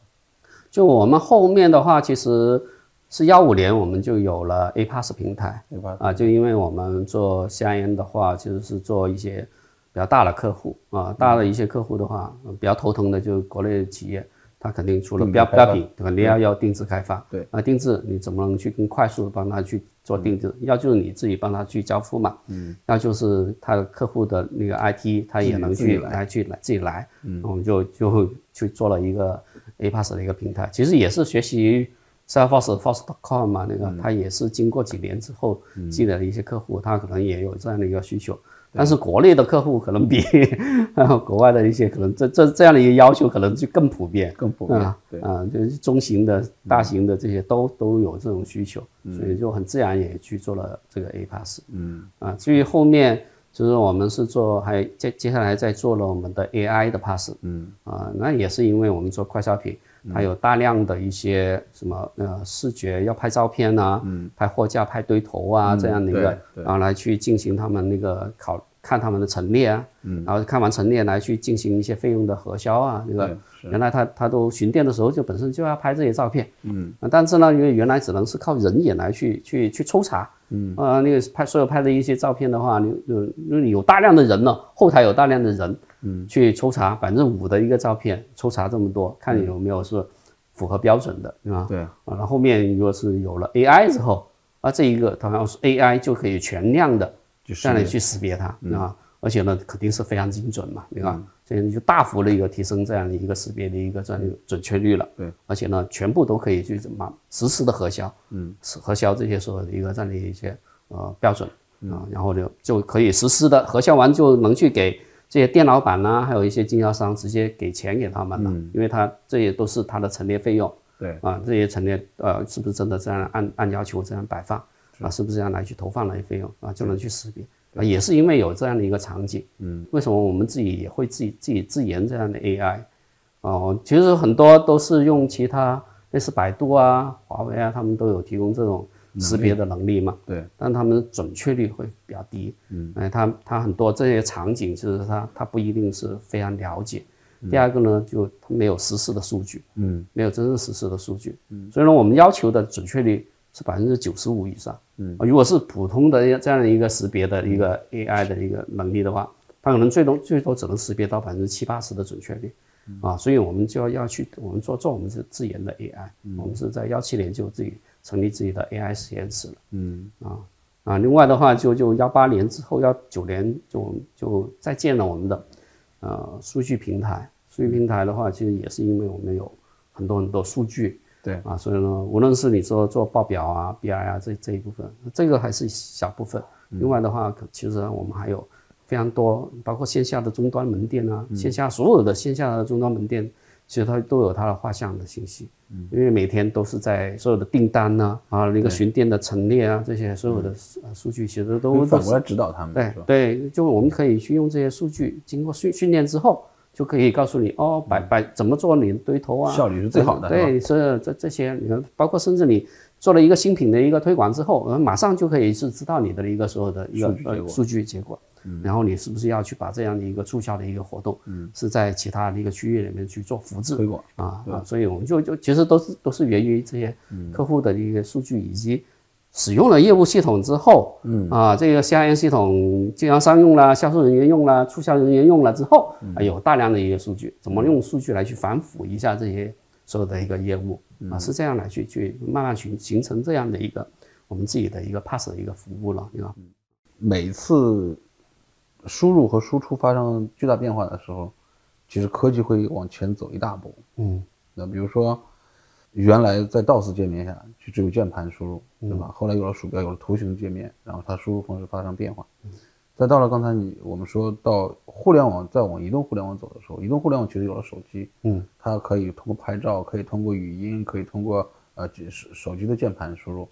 S3: 就我们后面的话，其实是幺五年我们就有了 A Pass 平台，
S2: 对吧？
S3: 啊，就因为我们做 CIN 的话，其实是做一些比较大的客户啊，大的一些客户的话，呃比较头疼的就是国内的企业，它肯定除了
S2: 定制
S3: 标
S2: 开发
S3: 标品，肯定要要定制开发。
S2: 对
S3: 啊，定制你怎么能去更快速的帮他去做定
S2: 嗯
S3: 制？要就是你自己帮他去交付嘛，嗯，要就是他的客户的那个 IT，他也能
S2: 自己
S3: 去来去来自己来，嗯，我们就就去做了一个 APAS 的一个平台，其实也是学习 Salesforce Force.com 嘛，那
S2: 嗯
S3: 个它也是经过几年之后积累了一些客户，他可能也有这样的一个需求。但是国内的客户可能比 啊国外的一些可能这这这样的一个要求可能就更普遍，
S2: 更普遍
S3: 啊
S2: 对嗯
S3: 啊，就是中型的、大型的这些都都有这种需求，所以就很自然也去做了这个 A Pass。嗯啊，至于后面就是我们是做还接接下来再做了我们的 AI 的 Pass。嗯啊，那也是因为我们做快消品，它有大量的一些什么呃视觉要拍照片啊，拍货架、拍堆头啊、这样的一个，
S1: 对对
S3: 然后来去进行他们那个考看他们的陈列啊，然后看完陈列来去进行一些费用的核销啊，这个原来他他都巡店的时候就本身就要拍这些照片，嗯，但是呢，因为原来只能是靠人眼来去去去抽查，嗯，啊、那个拍所有拍的一些照片的话，你有因为你有大量的人呢，后台有大量的人，嗯，去抽查百分之五的一个照片，抽查这么多，看你有没有是符合标准的，嗯对吧？
S1: 对
S3: 啊，然后后面如果是有了 AI 之后，啊，这一个同样是 AI 就可以全量的让你去识别它，啊，而且呢，肯定是非常精准嘛，对吧？所以你就大幅的一个提升这样的一个识别的一个这样的一个准确率了。
S1: 对，
S3: 而且呢，全部都可以去怎么实时的核销，嗯，核销这些所有的一个这样的一些呃标准啊，然后就就可以实时的核销完就能去给。这些店老板呐、还有一些经销商直接给钱给他们了，因为他这些都是他的陈列费用，
S1: 对
S3: 啊，这些陈列呃是不是真的这样按按要求这样摆放啊？是不是这样来去投放的费用啊？就能去识别啊？也是因为有这样的一个场景，嗯，为什么我们自己也会自己自己自研这样的 AI？哦、其实很多都是用其他类似百度啊、华为啊，他们都有提供这种识别的能力嘛。
S1: 对，
S3: 但他们的准确率会比较低。嗯，哎，他他很多这些场景，其实他他不一定是非常了解。第二个呢，就他没有实时的数据，嗯，没有真正实时的数据，嗯，所以呢，我们要求的准确率是百分之九十五以上，嗯，如果是普通的这样的一个识别的一个 AI 的一个能力的话，它可能最多最多只能识别到百分之七八十的准确率，啊，所以我们就要要去我们做做我们是自研的 AI，、我们是在幺七年就自己成立自己的 AI 实验室了。啊，另外的话就就幺八年之后幺九年就就再建了我们的呃数据平台。数据平台的话，其实也是因为我们有很多很多数据，
S1: 对
S3: 啊，所以呢，无论是你说做报表啊、BI 啊这这一部分，这个还是小部分。另外的话，可其实我们还有非常多，包括线下的终端门店啊，线下所有的线下的终端门店，其实它都有它的画像的信息。因为每天都是在所有的订单呐、啊，那个巡店的陈列啊，这些所有的数呃数据其实都
S1: 我
S3: 都
S1: 反
S3: 是
S1: 过来指导他们，
S3: 对
S1: 嗯是吧？
S3: 哎对，就我们可以去用这些数据，经过训训练之后，就可以告诉你哦，摆摆怎么做你的堆头
S1: 嗯
S3: 啊，
S1: 效率是最好的是吧
S3: 对，是这这些，你看，包括甚至你做了一个新品的一个推广之后，呃，马上就可以是知道你的一个所有的一个
S1: 数据结
S3: 呃
S1: 果嗯
S3: 数据结果。然后你是不是要去把这样的一个促销的一个活动，是在其他的一个区域里面去做复制
S1: 推广
S3: 啊啊，所以我们就就其实都是都是源于这些客户的一个数据以及使用了业务系统之后，嗯啊，这个 CRM 系统经销商用了，销售人员用了，促销人员用了之后，啊，有大量的一个数据，怎么用数据来去反腐一下这些所有的一个业务啊，是这样来去去慢慢形形成这样的一个我们自己的一个 pass 的一个服务了，对吧？
S2: 每次输入和输出发生巨大变化的时候，其实科技会往前走一大步。
S3: 嗯
S2: 那比如说，原来在 DOS 界面下就只有键盘输入，对
S1: 嗯
S2: 吧？后来有了鼠标，有了图形界面，然后它输入方式发生变化。
S1: 嗯
S2: 再到了刚才你我们说到互联网再往移动互联网走的时候，移动互联网其实有了手机，
S3: 嗯，
S2: 它可以通过拍照，可以通过语音，可以通过呃手手机的键盘输入，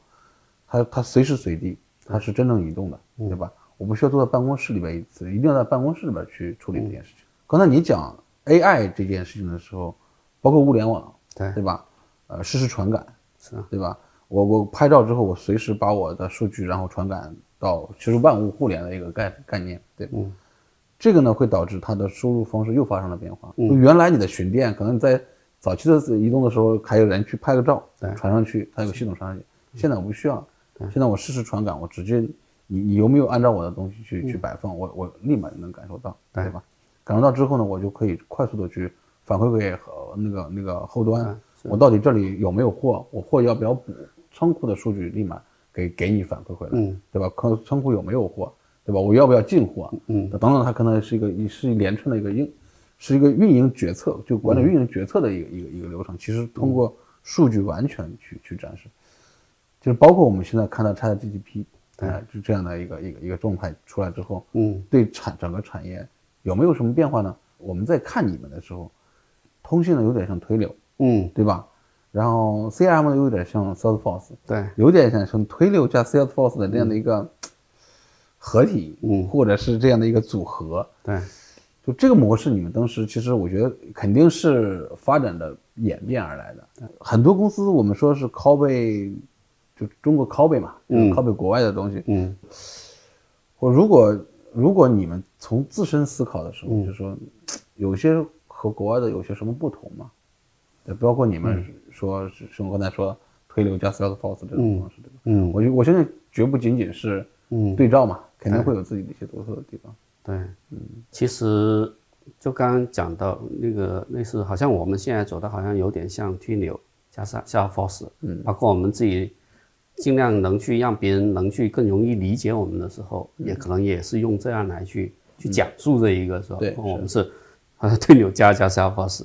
S2: 它它随时随地它是真正移动的，对吧？我不需要坐在办公室里边一次，一定要在办公室里边去处理这件事情。刚才你讲 AI 这件事情的时候，包括物联网，
S3: 对
S2: 对吧？呃，实时传感
S3: 是啊
S2: 对吧？我我拍照之后，我随时把我的数据然后传感到其实万物互联的一个概概念，对吧？
S3: 嗯
S2: 这个呢会导致它的输入方式又发生了变化。
S3: 嗯
S2: 就原来你的巡店可能你在早期的移动的时候，还有人去拍个照
S3: 对
S2: 传上去，它有个系统传上去。现在我不需要，现在我实时传感，我直接你你有没有按照我的东西
S3: 嗯
S2: 去、去摆放，我我立马就能感受到，对吧？感受到之后呢，我就可以快速的去反馈给呃那个那个后端，我到底这里有没有货，我货要不要补，仓库的数据立马给给你反馈回来，
S3: 嗯
S2: 对吧？仓仓库有没有货，对吧？我要不要进货，嗯，等等，它可能是一个是一连串的一个应，是一个运营决策，就管理运营决策的一个、一个一个流程，其实通过数据完全去去展示，就是包括我们现在看到 ChatGPT，啊，就这样的一个一个一个状态出来之后，
S3: 嗯，
S2: 对产整个产业有没有什么变化呢？我们在看你们的时候，通信呢有点像推流，
S3: 嗯，
S2: 对吧？然后 CRM 呢有点像 Salesforce，
S3: 对，
S2: 有点像像推流加 Salesforce 的这样的一个合体，
S3: 嗯
S2: 或者是这样的一个组合，
S3: 对，
S2: 就这个模式，你们当时其实我觉得肯定是发展的演变而来的。
S3: 嗯
S2: 很多公司我们说是 copy，就中国 copy 嘛，
S3: 嗯
S2: c o p y 国外的东西。
S3: 嗯
S2: 我如果如果你们从自身思考的时候，
S3: 嗯
S2: 就说有些和国外的有些什么不同嘛？对，包括你们
S3: 嗯
S2: 说，是是我刚才说推流加 Salesforce 这种方式，对吧？
S3: 嗯
S2: 我就我相信绝不仅仅是
S3: 嗯，
S2: 对照嘛，肯定会有自己的一些独特的地方。
S3: 对，嗯，其实就刚刚讲到那个类似，好像我们现在走的好像有点像推流加上下 force，嗯，包括我们自己尽量能去让别人能去更容易理解我们的时候，也可能也是用这样来去去讲述这一个是吧？
S2: 对
S3: 我们嗯是 好像推流加加下 force，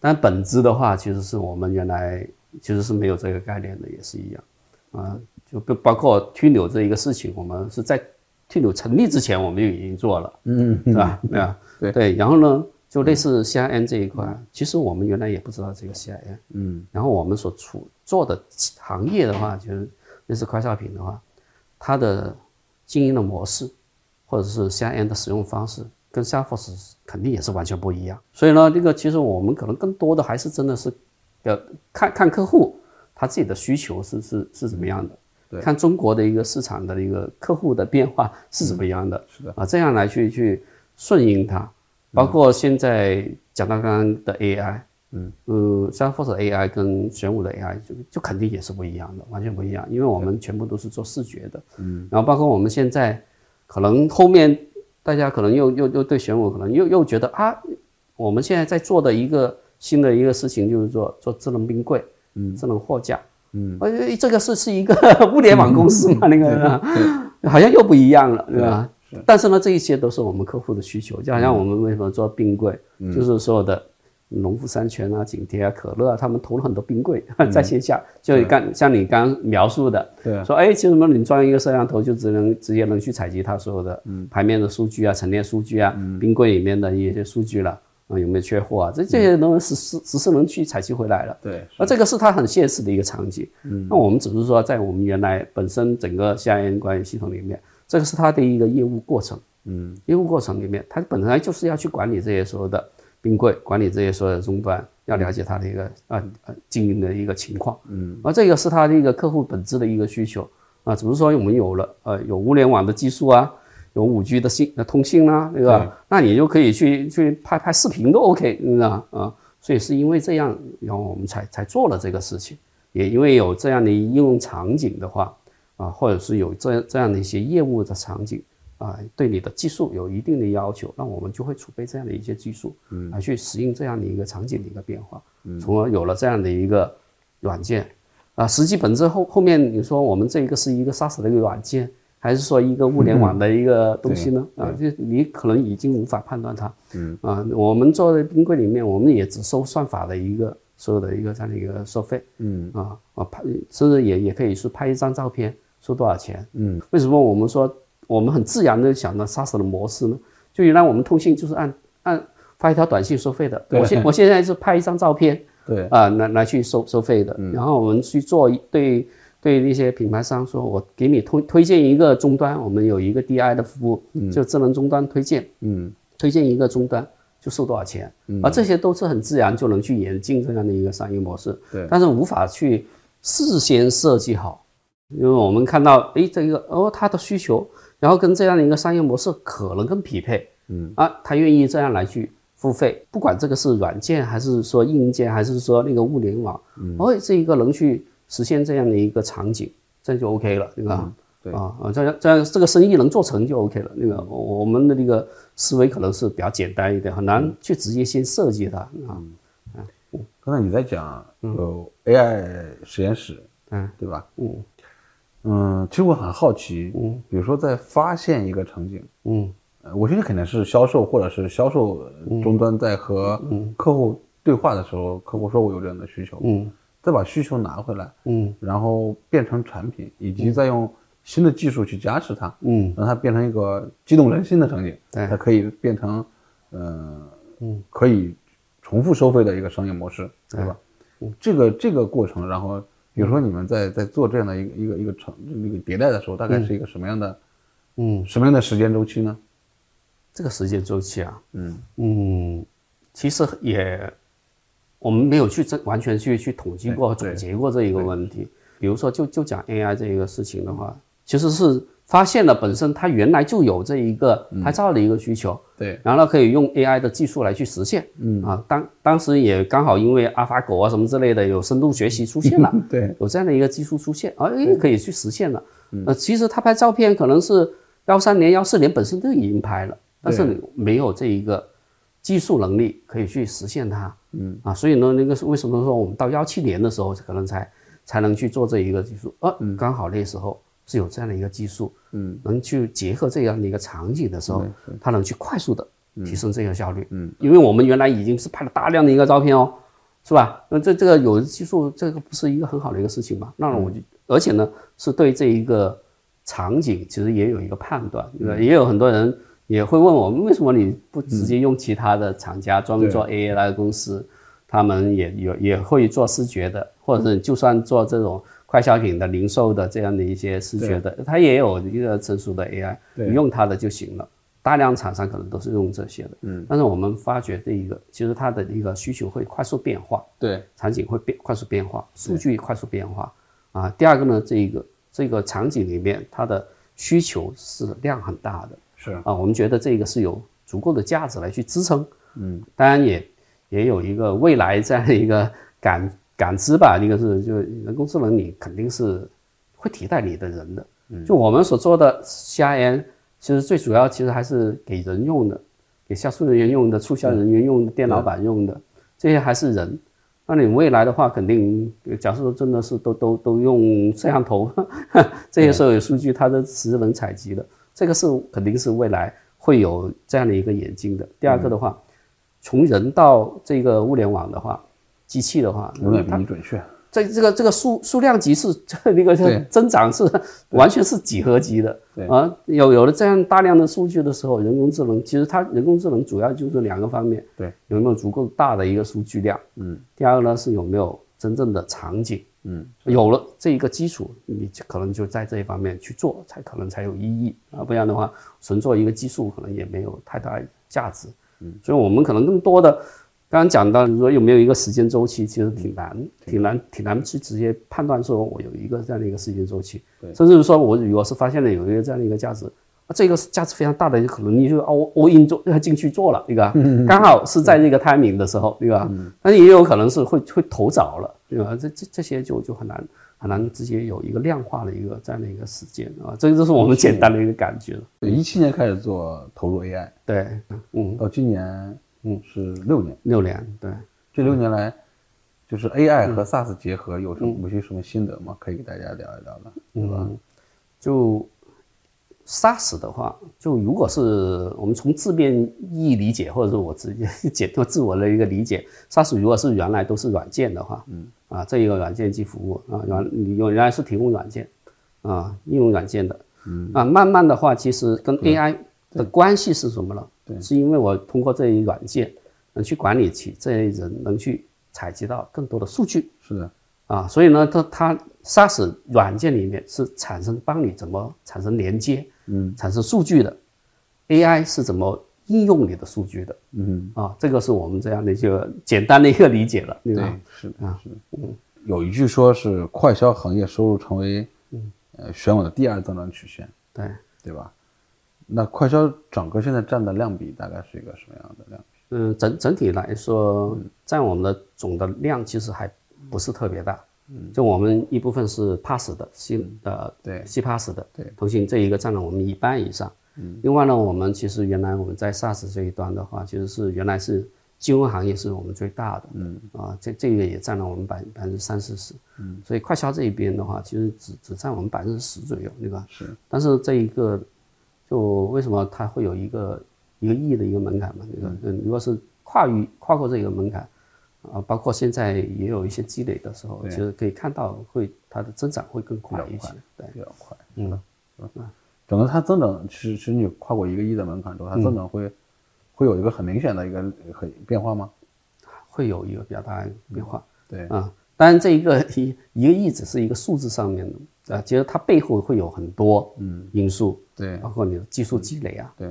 S3: 但本质的话，其实是我们原来其实是没有这个概念的，也是一样，啊、就不包括推流这一个事情，我们是在推流成立之前我们就已经做了。
S2: 嗯，
S3: 是吧？对啊，
S2: 对
S3: 然后呢，就类似 CRM 这一块，其实我们原来也不知道这个 CRM，嗯，然后我们所处做的行业的话，就是类似快消品的话，它的经营的模式或者是 CRM 的使用方式，跟 Salesforce 肯定也是完全不一样。所以呢，这个其实我们可能更多的还是真的是，呃，看看客户他自己的需求是是是怎么样的。看中国的一个市场的一个客户的变化是怎么样的，是的嗯啊，这样来去去顺应它，包括现在讲到刚刚的 AI，嗯，呃，三 f o 的 AI 跟玄武的 AI 就就肯定也是不一样的，完全不一样，因为我们全部都是做视觉的，嗯，然后包括我们现在可能后面大家可能又又又对玄武可能又又觉得啊，我们现在在做的一个新的一个事情就是做做智能冰柜，嗯，智能货架。嗯，呃，这个是是一个 物联网公司嘛，那个啊好像又不一样了，对吧？但是呢，这一些都是我们客户的需求，就好像我们为什么做冰柜，就是所有的农夫山泉啊、景天啊、可乐啊，他们投了很多冰柜在线下，就刚像你刚描述的，
S2: 对
S3: 说哎，其实呢，你装一个摄像头就只能直接能去采集它所有的牌面的数据啊、陈列数据啊、冰柜里面的一些数据了，啊，有没有缺货啊？这这些东西实时实时能去采集回来了。
S2: 对，
S3: 那这个是它很现实的一个场景。嗯，那我们只是说，在我们原来本身整个 CRM 管理系统里面，这个是它的一个业务过程。嗯，业务过程里面，它本来就是要去管理这些所有的冰柜，管理这些所有的终端，要了解它的一个呃呃经营的一个情况。嗯，而这个是它的一个客户本质的一个需求啊，只是说我们有了呃有物联网的技术啊。有五 G 的信呃通信啦、对吧？那你就可以去去拍拍视频都 OK，你知道吗啊？所以是因为这样，然后我们才才做了这个事情。也因为有这样的应用场景的话，啊，或者是有这样这样的一些业务的场景啊，对你的技术有一定的要求，那我们就会储备这样的一些技术，嗯，来去适应这样的一个场景的一个变化，嗯，从而有了这样的一个软件。啊，实际本质后后面你说我们这一个是一个 SaaS 的一个软件，还是说一个物联网的一个东西呢？啊，就你可能已经无法判断它。嗯啊，我们做的冰柜里面，我们也只收算法的一个所有的一个这样的一个收费。嗯啊啊拍，甚至也也可以是拍一张照片收多少钱。嗯，为什么我们说我们很自然的想到 SaaS 的模式呢？就原来我们通信就是按按发一条短信收费的，我现我现在是拍一张照片。
S2: 对，嗯
S3: 啊，来来去收收费的。然后我们去做一对对那些品牌商说，我给你推推荐一个终端，我们有一个 DI 的服务，就智能终端推荐，
S2: 嗯，
S3: 推荐一个终端就收多少钱，而这些都是很自然就能去演进这样的一个商业模式，
S2: 对
S3: 但是无法去事先设计好，因为我们看到，诶，这个哦，他的需求，然后跟这样的一个商业模式可能更匹配，嗯，啊，他愿意这样来去付费，不管这个是软件还是说硬件，还是说那个物联网，嗯，哦，这一个能去实现这样的一个场景，这就 OK 了，对吧？
S2: 对
S3: 啊啊，这样这样这个生意能做成就 OK 了。那个我我们的那个思维可能是比较简单一点，很难去直接先设计它啊。
S2: 刚才你在讲呃 AI 实验室，
S3: 嗯，
S2: 对吧？
S3: 嗯
S2: 嗯，其实我很好奇，
S3: 嗯，
S2: 比如说在发现一个场景，
S3: 嗯
S2: 呃我相信肯定是销售或者是销售呃终端在和客户对话的时候，客户说我有这样的需求，
S3: 嗯
S2: 再把需求拿回来，
S3: 嗯
S2: 然后变成产品，以及再用新的技术去加持它，
S3: 嗯
S2: 让它变成一个激动人心的场景，
S3: 对
S2: 它可以变成，呃，
S3: 嗯，哎
S2: 可以重复收费的一个商业模式，对吧？
S3: 嗯
S2: 这个这个过程，然后比如说你们在在做这样的一个一个一个成那个迭代的时候，大概是一个什么样的
S3: 嗯，
S2: 什么样的时间周期呢？
S3: 这个时间周期啊，嗯嗯，其实也我们没有去真完全去去统计过、总结过这一个问题。比如说就，就讲 AI 这一个事情的话，其实是发现了本身它原来就有这一个拍照的一个需求，
S2: 对，
S3: 然后呢可以用 AI 的技术来去实现。嗯啊，当当时也刚好因为阿法狗啊什么之类的有深度学习出现了，
S2: 对，
S3: 有这样的一个技术出现，啊，哎，可以去实现了。呃，其实他拍照片可能是幺三年、幺四年本身就已经拍了，但是你没有这一个技术能力可以去实现它。嗯啊，所以呢，那个是为什么说我们到幺七年的时候可能才才能去做这一个技术？呃、刚好那时候是有这样的一个技术，嗯，能去结合这样的一个场景的时候，它能去快速的提升这个效率。嗯，因为我们原来已经是拍了大量的一个照片哦。是吧？那这这个有技术，这个不是一个很好的一个事情嘛？那我就，而且呢，是对这一个场景其实也有一个判断，对吧？也有很多人也会问我们，为什么你不直接用其他的厂家，专门做 AI 的公司，他们也有也会做视觉的，或者是就算做这种快消品的零售的这样的一些视觉的，它也有一个成熟的 AI，你用它的就行了。大量厂商可能都是用这些的，嗯，但是我们发觉这一个，其实它的一个需求会快速变化，
S2: 对，
S3: 场景会变快速变化，数据快速变化啊。第二个呢，这一个这个场景里面它的需求是量很大的，
S2: 是
S3: 啊，我们觉得这个是有足够的价值来去支撑，嗯，当然也也有一个未来这样的一个感感知吧，一个是就人工智能你肯定是会替代你的人的，就我们所做的 CRM，其实最主要其实还是给人用的，给销售人员用的、促销人员用的、店老板用的，这些还是人。那你未来的话，肯定，假设说真的是都都都用摄像头， 这些所有数据它都实能采集的，这个是肯定是未来会有这样的一个演进的。第二个的话，从人到这个物联网的话，机器的话，
S2: 永远比你准确，
S3: 这这个这个数数量级是这那 个
S2: 对
S3: 增长是完全是几何级的
S2: 对
S3: 啊。有有了这样大量的数据的时候，人工智能其实它人工智能主要就是两个方面，
S2: 对，
S3: 有没有足够大的一个数据量，嗯。第二个呢是有没有真正的场景，嗯，有了这一个基础，你就可能就在这一方面去做，才可能才有意义啊。不然的话，纯做一个技术可能也没有太大价值。嗯，所以我们可能更多的刚刚讲到，你说有没有一个时间周期，其实挺难，挺难，挺难去直接判断说我有一个这样的一个时间周期。对，甚至说我如果是发现了有一个这样的一个价值，啊，这个是价值非常大的，可能你就 all all in 做进去做了，对吧？刚好是在这个 timing 的时候，对吧？但是也有可能是会会投早了，对吧？这这这些就就很难很难直接有一个量化的一个这样的一个时间啊，这个就是我们简单的一个感觉了。
S2: 一七年开始做投入 AI，
S3: 对，嗯，
S2: 到今年嗯是六年，
S3: 六年，对。
S2: 这六年
S3: 嗯
S2: 来就是 AI 和 SaaS 结合有什么有些什么心得吗？可以给大家聊一聊的，对吧？
S3: 就杀死的话，就如果是我们从字面意义理解，或者是我直接解脱自我的一个理解，杀死如果是原来都是软件的话，嗯，啊，这一个软件及服务啊，原你有原来是提供软件，啊，应用软件的，嗯，啊，慢慢的话，其实跟 AI 的关系是什么呢？对，是因为我通过这一软件能去管理起这一人，能去采集到更多的数据，
S2: 是的，
S3: 啊，所以呢，它它 SaaS 软件里面是产生帮你怎么产生连接，嗯，产生数据的，AI 是怎么应用你的数据的，嗯，啊，这个是我们这样的一个简单的一个理解了，对吧？啊嗯
S2: 是的，是的。有一句说是快消行业收入成为呃选我的第二增长曲线，
S3: 嗯对，
S2: 对吧？那快消整个现在占的量比大概是一个什么样的量比？
S3: 嗯，整整体来说，占我们的总的量其实还不是特别大。嗯，就我们一部分是 Pass 的，新呃
S2: 对
S3: 系 Pass 的，对，腾讯这一个占了我们一半以上。嗯，另外呢，我们其实原来我们在 SaaS 这一端的话，其实是原来是金融行业是我们最大的，嗯，啊，这这个也占了我们百百分之三四十，嗯，所以快销这一边的话，其实只只占我们百分之十左右，对吧？是，但是这一个就为什么它会有一个一个亿的一个门槛嘛？这个嗯，如果是跨越跨过这个门槛，啊，包括现在也有一些积累的时候，其实可以看到会它的增长会更快一些。对，
S2: 比较快，
S3: 嗯，
S2: 整个它增长，其实其实你跨过一个亿的门槛之后，
S3: 嗯
S2: 它增长会、会有一个很明显的一个很变化吗？
S3: 会有一个比较大的变化。
S2: 嗯对
S3: 啊，当然这一个一一个亿只是一个数字上面的啊，其实它背后会有很多嗯因素，
S2: 对嗯
S3: 包括你的技术积累啊，
S2: 对，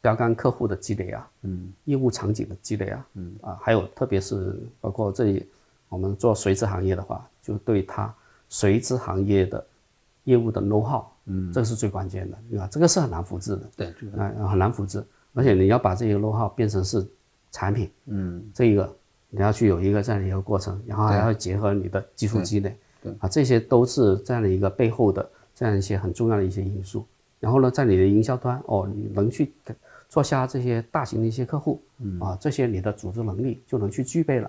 S3: 标杆客户的积累啊，嗯，业务场景的积累啊，嗯啊，还有特别是包括这里我们做垂直行业的话，就对它垂直行业的业务的 know how，嗯，这个是最关键的，对吧？这个是很难复制的，
S2: 对，这个
S3: 啊、很难复制，而且你要把这个 know how 变成是产品，
S2: 嗯，
S3: 这个你要去有一个这样的一个过程，然后还要结合你的技术积累，啊，这些都是这样的一个背后的这样一些很重要的一些因素。然后呢，在你的营销端，哦，你能去跟做下这些大型的一些客户，啊，这些你的组织能力就能去具备了，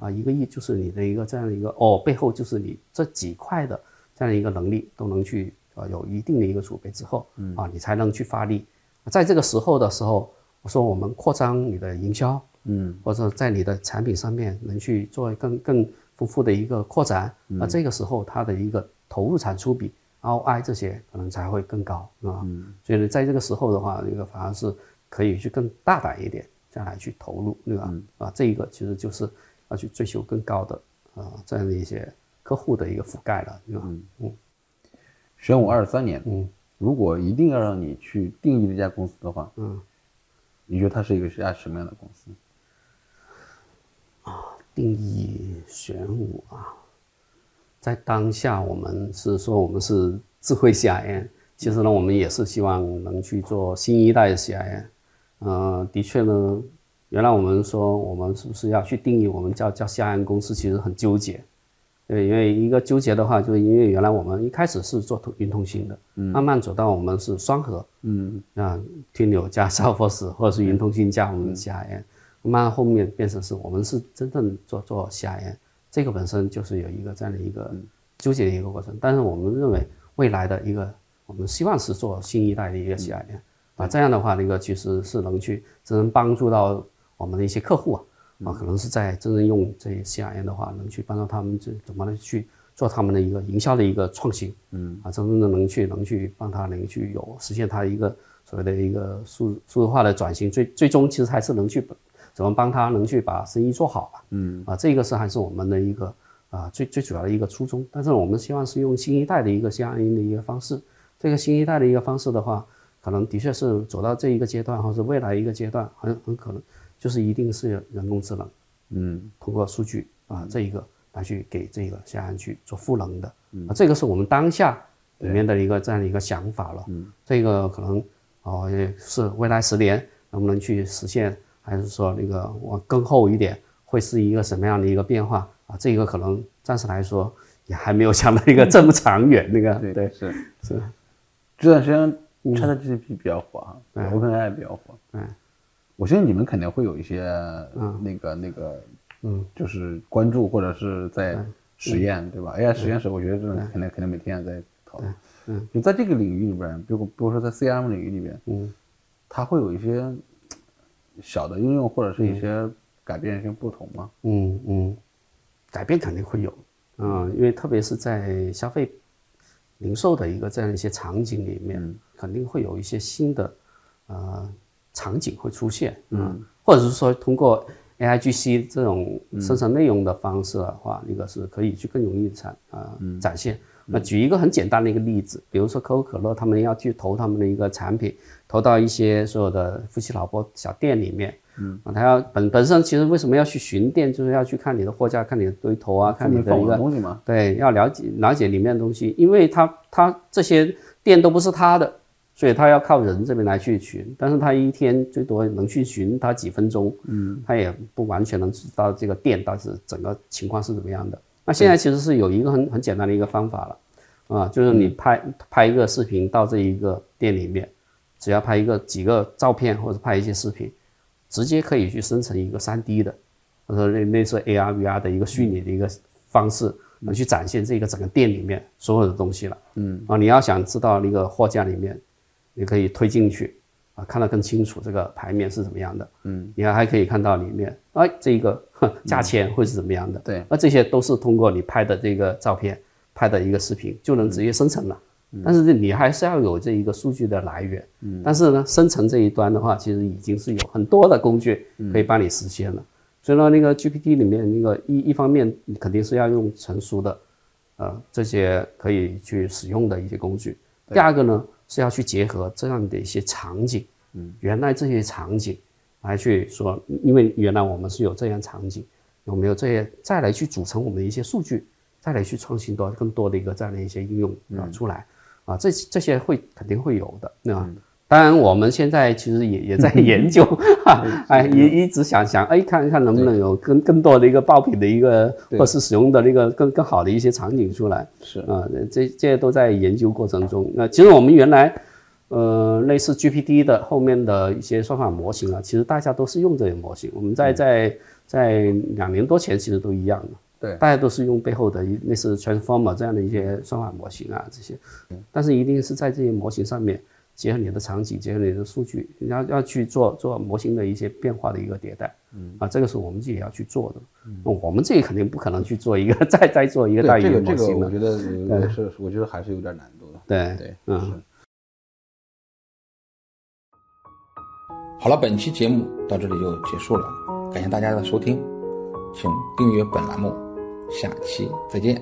S3: 啊，一个亿就是你的一个这样的一个哦，背后就是你这几块的这样的一个能力都能去啊有一定的一个储备之后，啊，你才能去发力。在这个时候的时候，我说我们扩张你的营销，嗯，或者在你的产品上面能去做更更丰富的一个扩展，那这个时候它的一个投入产出比 ROI 这些可能才会更高啊。所以呢，在这个时候的话，这个反而是可以去更大胆一点，再来去投入，对吧？啊，这一个其实就是要去追求更高的啊、呃这样的一些客户的一个覆盖了，对吧？
S2: 玄武二十三年，嗯，如果一定要让你去定义这家公司的话，
S3: 嗯，
S2: 你觉得它是一个是家什么样的公司？
S3: 定义玄武啊，在当下我们是说我们是智慧 CRM，其实呢，我们也是希望能去做新一代的 CRM。呃，的确呢，原来我们说我们是不是要去定义我们叫叫 CRM 公司，其实很纠结。对，因为一个纠结的话，就是因为原来我们一开始是做通云通信的，慢慢走到我们是双核，嗯，啊，推流加 Salesforce 或者是云通信加我们 CRM，、慢慢后面变成是我们是真正做做 CRM，这个本身就是有一个这样的一个嗯纠结的一个过程。但是我们认为未来的一个，我们希望是做新一代的一个 CRM，、啊，这样的话，那个其实是能去呃真正帮助到我们的一些客户啊。啊，可能是在真正用这些 CRM 的话，能去帮到他们这怎么的去做他们的一个营销的一个创新，嗯，啊，真正的能去能去帮他能去有实现他的一个所谓的一个数数字化的转型，最最终其实还是能去怎么帮他能去把生意做好吧，嗯，啊，这个是还是我们的一个啊最最主要的一个初衷，但是我们希望是用新一代的一个 CRM 的一个方式，这个新一代的一个方式的话，可能的确是走到这一个阶段，或者未来一个阶段，很很可能。就是一定是人工智能，嗯，通过数据啊这一个来去给这个下岸去做赋能的，啊，这个是我们当下里面的一个这样的一个想法了，嗯，这个可能哦也是未来十年能不能去实现，还是说那个往更后一点会是一个什么样的一个变化啊？这个可能暂时来说也还没有想到一个这么长远那个，嗯对，
S2: 是是。这段时间 ChatGPT 比较火啊
S3: 嗯
S2: ，OpenAI 比较火，
S3: 嗯
S2: 我相信你们肯定会有一些那个那个，
S3: 嗯，
S2: 就是关注或者是在实验，对吧？AI
S3: 嗯
S2: 实验室，我觉得这种肯定肯定每天也在讨论。嗯，就在这个领域里边，比如比如说在 CRM 领域里边，
S3: 嗯
S2: 它会有一些嗯小的应用或者是一些改变、一些不同吗？
S3: 嗯嗯，改变肯定会有，嗯，因为特别是在消费零售的一个这样一些场景里面，肯定会有一些新的呃场景会出现，嗯，或者是说通过 AIGC 这种生成内容的方式的话，那个是可以去更容易展啊、呃展现。那举一个很简单的一个例子，比如说可口可乐他们要去投他们的一个产品，投到一些所有的夫妻老婆小店里面，嗯，啊，他要本本身其实为什么要去巡店，就是要去看你的货架，看你的堆头啊，看
S2: 你
S3: 你的
S2: 放
S3: 一
S2: 我
S3: 个
S2: 的东西吗？
S3: 对，要了解了解里面的东西，因为他他这些店都不是他的，所以他要靠人这边来去寻，但是他一天最多能去寻他几分钟，嗯，他也不完全能知道这个店到底是整个情况是怎么样的。那现在其实是有一个很很简单的一个方法了，啊，就是你拍拍一个视频到这一个店里面，只要拍一个几个照片或者拍一些视频，直接可以去生成一个 3D 的，或者类类似 AR VR 的一个虚拟的一个方式，能去展现这个整个店里面所有的东西了。嗯，啊，你要想知道那个货架里面，你可以推进去啊，看得更清楚这个牌面是怎么样的。嗯，你还还可以看到里面，哎，这个哼价钱会是怎么样的？
S2: 对，
S3: 那这些都是通过你拍的这个照片、拍的一个视频就能直接生成了。但是你还是要有这一个数据的来源，嗯，但是呢，生成这一端的话，其实已经是有很多的工具可以帮你实现了。所以呢，那个 GPT 里面那个一一方面，你肯定是要用成熟的，呃，这些可以去使用的一些工具。第二个呢，是要去结合这样的一些场景，嗯，原来这些场景来去说，因为原来我们是有这样场景，有没有这些再来去组成我们的一些数据，再来去创新多更多的一个这样的一些应用啊出来、啊，这这些会肯定会有的，对吧？当然，我们现在其实也也在研究，哈，哎，也一直想想，哎，看一看能不能有更更多的一个爆品的一个，或是使用的那个更更好的一些场景出来。
S2: 是
S3: 啊、这这些都在研究过程中。那、其实我们原来，呃，类似 GPT 的后面的一些算法模型啊，其实大家都是用这些模型。我们在
S2: 嗯
S3: 在在两年多前其实都一样的，
S2: 对
S3: 大家都是用背后的一类似 Transformer 这样的一些算法模型啊这些，
S2: 嗯
S3: 但是一定是在这些模型上面。结合你的场景，结合你的数据，你要要去做做模型的一些变化的一个迭代，嗯啊，这个是我们自己要去做的。那我们自己肯定不可能去做一个 再再做一个大
S2: 嗯对
S3: 语
S2: 这
S3: 言
S2: 个这
S3: 模
S2: 个，
S3: 型
S2: 我
S3: 了。嗯
S2: 觉得也是，我觉得还是有点难度的。
S3: 对
S2: 对，
S3: 嗯。
S4: 好了，本期节目到这里就结束了，感谢大家的收听，请订阅本栏目，下期再见。